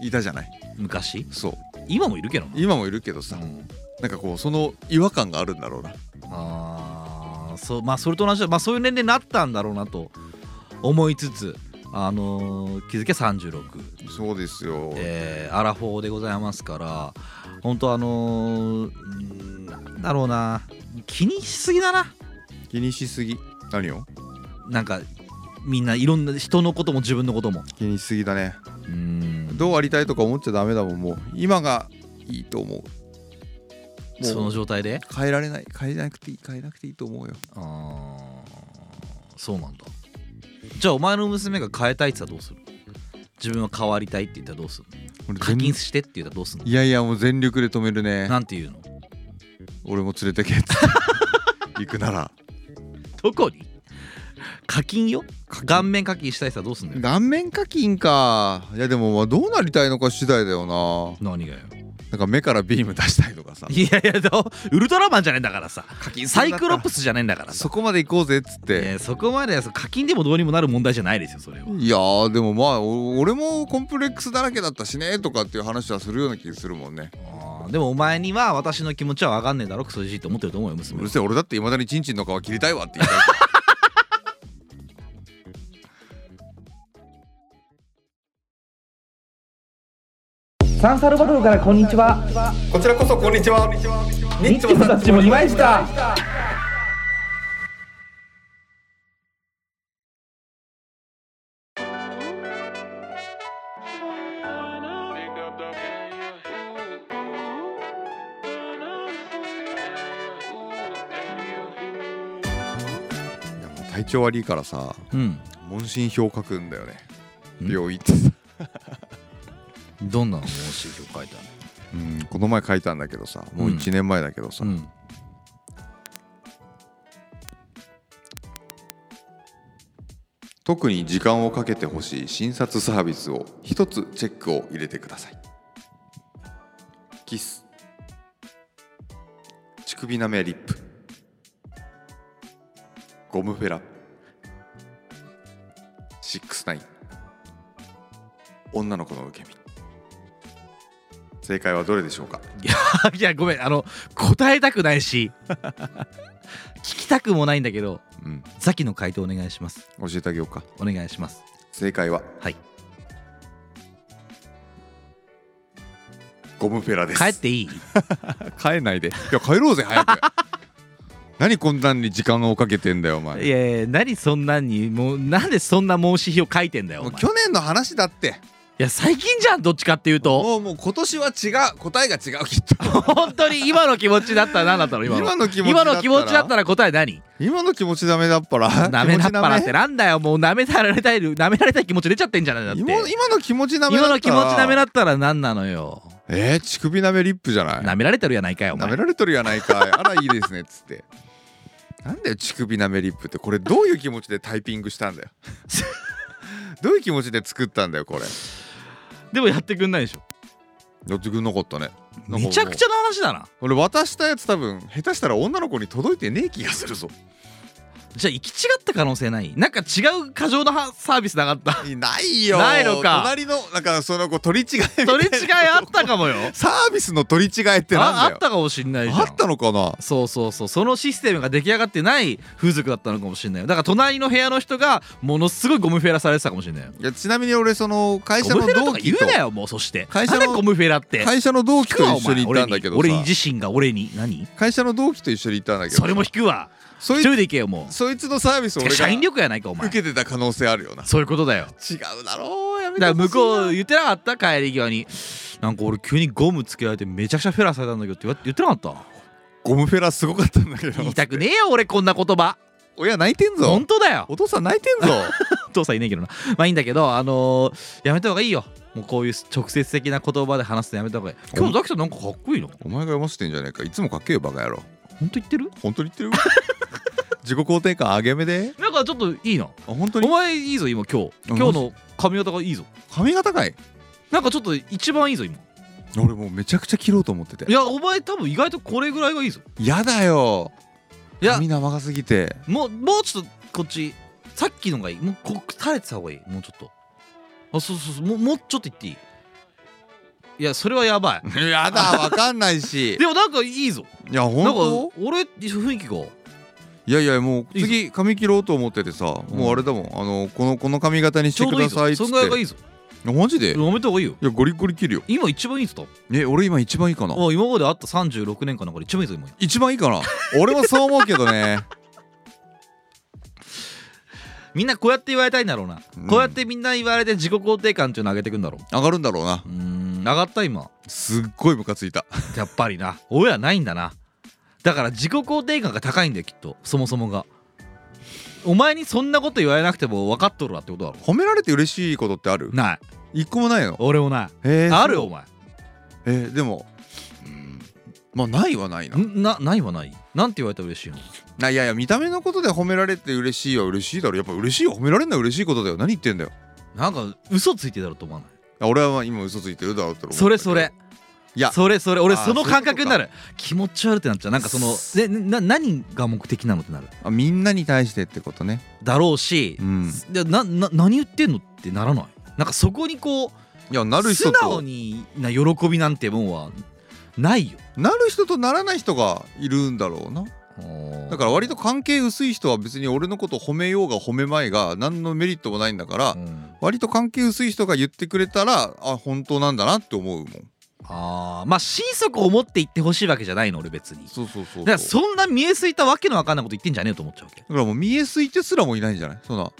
いたじゃない
昔
そう
今もいるけどな
今もいるけどさ、
うん
なんかこうその違和感があるんだろうな
あーそうまあそれと同じだ、まあ、そういう年齢になったんだろうなと思いつつあのー気づけ36、
そうですよ、
えーアラフォーでございますから本当あのーうーんなんだろうな気にしすぎだな
気にしすぎ何を
なんかみんないろんな人のことも自分のことも
気にしすぎだね
うーん
どうありたいとか思っちゃダメだもんもう今がいいと思う
そ
も
の
う
状態で
変えられない変えなくていい変えなくていいと思うよ
あーそうなんだじゃあお前の娘が変えたいって言ったらどうする自分は変わりたいって言ったらどうする
俺
課
全
金してって言ったらどうする
いやいやもう全力で止めるね
なんていうの
俺も連れてけっつっ て行くなら
どこに課金よ顔面課金したい人はどうすんだよ
顔面課金かいやでもまあどうなりたいのか次第だよな
何がよ
なんか目からビーム出したいとかさ
いやいやどうウルトラマンじゃねえんだからさサイクロプ
ス
スじゃねえんだからさ
そこまで行こうぜっつって、
ねえそこまではそう課金でもどうにもなる問題じゃないですよそれはい
やーでもまあお俺もコンプレックスだらけだったしねとかっていう話はするような気するもんね
あーでもお前には私の気持ちは分かんねえだろクソじじいって思ってると思うよ
う
娘
る
は
せえ俺だっていまだにチンチンの皮切りたいわって言いたい
サンサルバドルからこんにちは。
こちらこそこんにちは
ニッチもたちもいました。
いやもう体調悪いからさ
うん
問診票書くんだよね
ん
病院行ってさ
どんなの申し書書いたの
うんこの前書いたんだけどさもう1年前だけどさ、
ん
特に時間をかけてほしい診察サービスを一つチェックを入れてくださいキス乳首なめリップゴムフェラシックスナイン女の子の受け身正解はどれでしょうか
いやごめんあの答えたくないし 聞きたくもないんだけど
うん
ザキの回答お願いします
教えてあげようか
お願いします
正解は
はい
ゴムフェラです
帰っていい
帰んないでいや帰ろうぜ早く 何こんなんに時間をかけてんだよお前
いやいや何そんなんにもうなんでそんな申し費を書いてんだよお
もう
前
去年の話だって
いや最近じゃんどっちかっていうと
もうもう今年は違う答えが違うきっと
本当に今の気持ちだったら何だったの今の
今の気持ちだ
今
ったら
の気持ちだったら答え何
今の気持ちダメだっぱら
なめなっぱらって
な
なんだよもうなめられたいなめられたい気持ち出ちゃってんじゃないだって
今今の気持ちダメだっ
今
たら
の気持ちなめだったら何なのよ
えー、乳首なめリップじゃない
なめられてるやないかよお
な
前
められとるやないかいあらいいですねっつってなんだよ乳首なめリップってこれどういう気持ちでタイピングしたんだ よどういう気持ちで作ったんだよこれ
でもやってくんないでしょ
やってくんなかったねなんかもう
めちゃくちゃな話だな
俺渡したやつ多分下手したら女の子に届いてねえ気がするぞ
じゃあ行き違った可能性ないなんか違う過剰なはサービスなかっ た
ないよ
ないのか
隣のなんかその子取り違えみ たいな
取り違いあったかもよ
サービスの取り違えって
あ
な
あ
んだ
っ
よ
たかもしんないじゃん
あったのかな
そうそうそうそのシステムが出来上がってない風俗だったのかもしれないよだから隣の部屋の人がものすごいゴムフェラされてたかもしれないよ
いやちなみに俺その会社
ゴム
の
フェラと
同
か
期
言
と
うなよもうそして
会社の
なんでゴムフェラって
会社の同期と一緒に
聞く
行っ
わ
た
お前
んだけど
俺に
さ
俺自身が俺に何
会社の同期と一緒に行ったんだけどさ
それも引くわ
そ
一
い
人で行けよもう
そいつのサービスを
て
俺
か社員
が
力やないかお前
受けてた可能性あるよな
そういうことだよ
違うだろうやめ
だ
て
から
ほしいな
向こう言ってなかった帰り際になんか俺急にゴムつけられてめちゃくちゃフェラされたんだけどって言わ言ってなか っ
ゴムフェラすごかったんだけ
た
ど
言いたくねえよ俺こんな言葉
親泣いてんぞ
本当だよ
お父さん泣いてんぞ
お父さんいねえけどなまあいいんだけどあのー、やめた方がいいよもうこういう直接的な言葉で話すのやめた方がいい今日のザキさんなんかかっこいいの
お前が読ませてんじゃねえかいつもかっけえよバカ野郎
本当言ってる
本当に言ってる 自己肯定感上げ目で
なんかちょっといいな
あ本当
お
に
前いいぞ今今日
うん
今日の髪型がいいぞ
髪型かい
なんかちょっと一番いいぞ今
俺もうめちゃくちゃ切ろうと思ってて
いやお前多分意外とこれぐらいがいいぞ
やだよ
いや
髪長すぎて
もうもうちょっとこっちさっきのがいいもうこ垂れてた方がいいもうちょっとあそうそうそうもうもうちょっと言っていいいやそれはやばい
やだ わかんないし
でもなんかいいぞ
いや
なんか
本当
俺雰囲気が
いやいやもう次髪切ろうと思っててさ
うん
もうあれだもんあのこのこの髪型にし
ち
て
ょう
く
どいい
だ
ぞ
さいっつ
そ
っ
ん
て
ぐらいがいいぞ
いやマジでい
やめた方がいいよ
やゴリゴリ切るよ
今一番いいぞ
え俺今一番いいかな
あ今まであった36年間の中で一番いいぞ今
一番いいかな俺もそう思うけど ね
みんなこうやって言われたいんだろうな、
うん
こうやってみんな言われて自己肯定感っていうの上げてくんだろ
上がるんだろうな
ううーん上がった今
すっごいムカついた
やっぱりな 親ないんだなだから自己肯定感が高いんだよきっとそもそもがお前にそんなこと言われなくても分かっとるわってことだろ
褒められて嬉しいことってある
ない
一個もないの
俺もない、
えー
あるよ
そう
お前
えーでもうんまあないはないなん
なないはないなんて言われたら嬉しいの
あいやいや見た目のことで褒められて嬉しいは嬉しいだろやっぱ嬉しいは褒められるのは嬉しいことだよ何言ってんだよ
なんか嘘ついてたろと思わない
あ俺はまあ今嘘ついてるだろうと思ったけど
それそれ
いや
それそれ俺
あー
その
そう
感
いうことか
覚になる気持ち悪ってなっちゃうなんかそのでな何が目的なのってなる
あみんなに対してってことね
だろうし、
うん
でなな何言ってんのってならないなんかそこにこう
いやなる人
素直
と
にな喜びなんてもんはないよ
なる人とならない人がいるんだろうなだから割と関係薄い人は別に俺のこと褒めようが褒めまいが何のメリットもないんだから、
うん
割と関係薄い人が言ってくれたらあ本当なんだなって思うもん
あーまあ心底思って言ってほしいわけじゃないの俺別に
そうそうそうそう
だからそんな見えすいたわけのわかんないこと言ってんじゃねえと思っちゃうわけ
だからもう見えすいてすらもいないんじゃないそんな「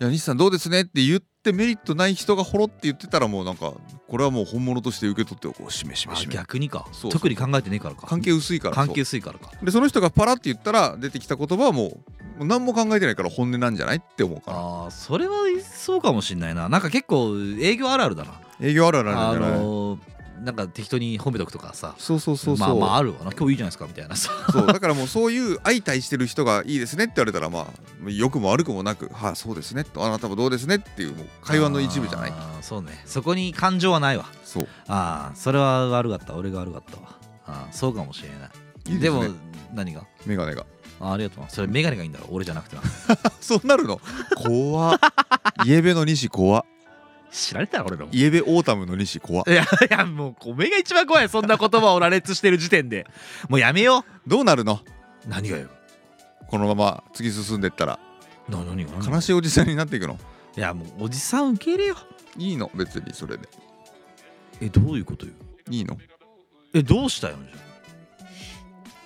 いや西さんどうですね」って言ってメリットない人がほろって言ってたらもうなんかこれはもう本物として受け取っておこうしめしめ
あ
しめ
逆にか
そうそう
特に考えてねえからか
関係薄いから
関係
そ
薄いからか
うでその人がパラって言ったら出てきた言葉はもうもう何も考えてないから本音なんじゃないって思うか
あーそれはそうかもしんないななんか結構営業あるあるだな
ら営業あるあるあ
あ
るんじゃない、
のーなんか適当に褒めとくとかさ
そうそうそう
まあ
そう、
まああるわな今日いいじゃないですかみたいなさ
そうだからもうそういう相対してる人がいいですねって言われたらまあ良くも悪くもなくはい、そうですねとあなたもどうですねっていうもう会話の一部じゃない
あーそうねそこに感情はないわ
そう
ああそれは悪かった俺が悪かったわああそうかもしれない
いい
ですも
ね
何が
メガネが
あありがとうなそれメガネがいいんだろ俺じゃなくて な
そうなるの怖っイエベの西怖っ
知られたら俺らもい
イエベオータムの西怖っ
やいやもうこれが一番怖いそんな言葉を羅列してる時点でもうやめよ
どうなるの
う何がよ
このまま次進んでったら
な何が
悲しいおじさんになっていくの
いやもうおじさん受け入れよ
いいの別にそれで
えどういうことよ
いいの
えどうしたよじゃ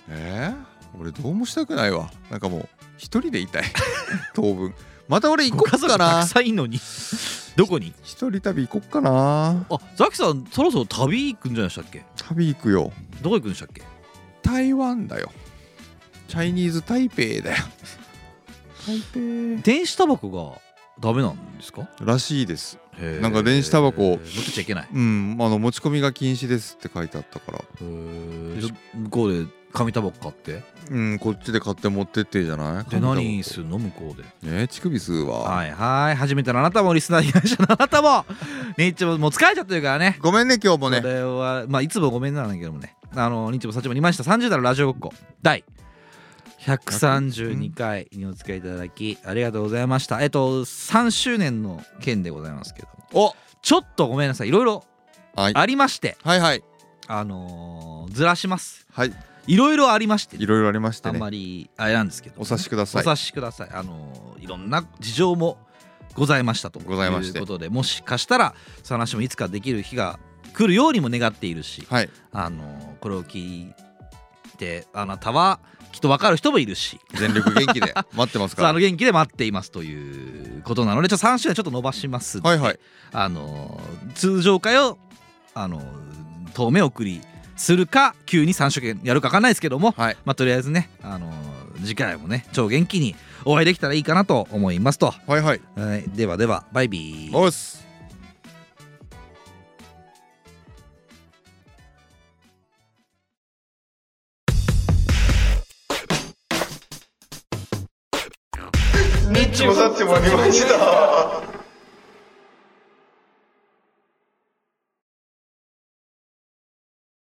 えー、俺どうもしたくないわなんかもう一人でいた い当分また俺
あ
行
ご
こ
家
っ
族
か
た
な
くさんいんのに どこに
一人旅行こっかな
あザキさんそろそろ旅行くんじゃないでしたっけ
旅行くよ
どこ行くんでしたっけ
台湾だよチャイニーズ台北だよ台
電子タバコがダメなんですから
しいです
な
なんか電子タバコ
持ってちゃいけない
うんあの持ち込みが禁止ですって書いてあったから
でし向こうで紙タバコ買って
うんこっちで買って持ってってじゃない
で何す
る
るの向こうで
えー、乳首吸うわ、
はいはい初めてのあなたもリスナー被害者のあなたも日中ももう疲れちゃってるからね
ごめんね今日も
こ
ね
れはまあいつもごめんなんだけどもねあの日もさちもいました30代のラジオごっこ第132回にお付き合いいただきありがとうございましたえっと3周年の件でございますけど
お
ちょっとごめんなさいいろいろ
はい
ありまして
はいはい
あのーずらします
はい
いろいろありまして
いろいろありまして
あん
ね
まりあれなんですけど、
お察しくだ
お
さい
察しくださいあのいろんな事情もございましたと
ございまして
いうことでもしかしたらその話もいつかできる日が来るようにも願っているし
はい
あのこれを聞いてあなたはきっと分かる人もいるし
全力元気で待ってます
そうあ
か
の元気で待っていますということなのでちょっと3週間ちょっと伸ばしますんで
らはいはい
あの通常会をあの当面送りするか急に3週間やるか分かんないですけども
はい
まあ、とりあえずね、あのー次回もね、超元気にお会いできたらいいかなと思いますと。
はいはい
はい、ではでは、バイビー。
おっす
日中もさっちもありました。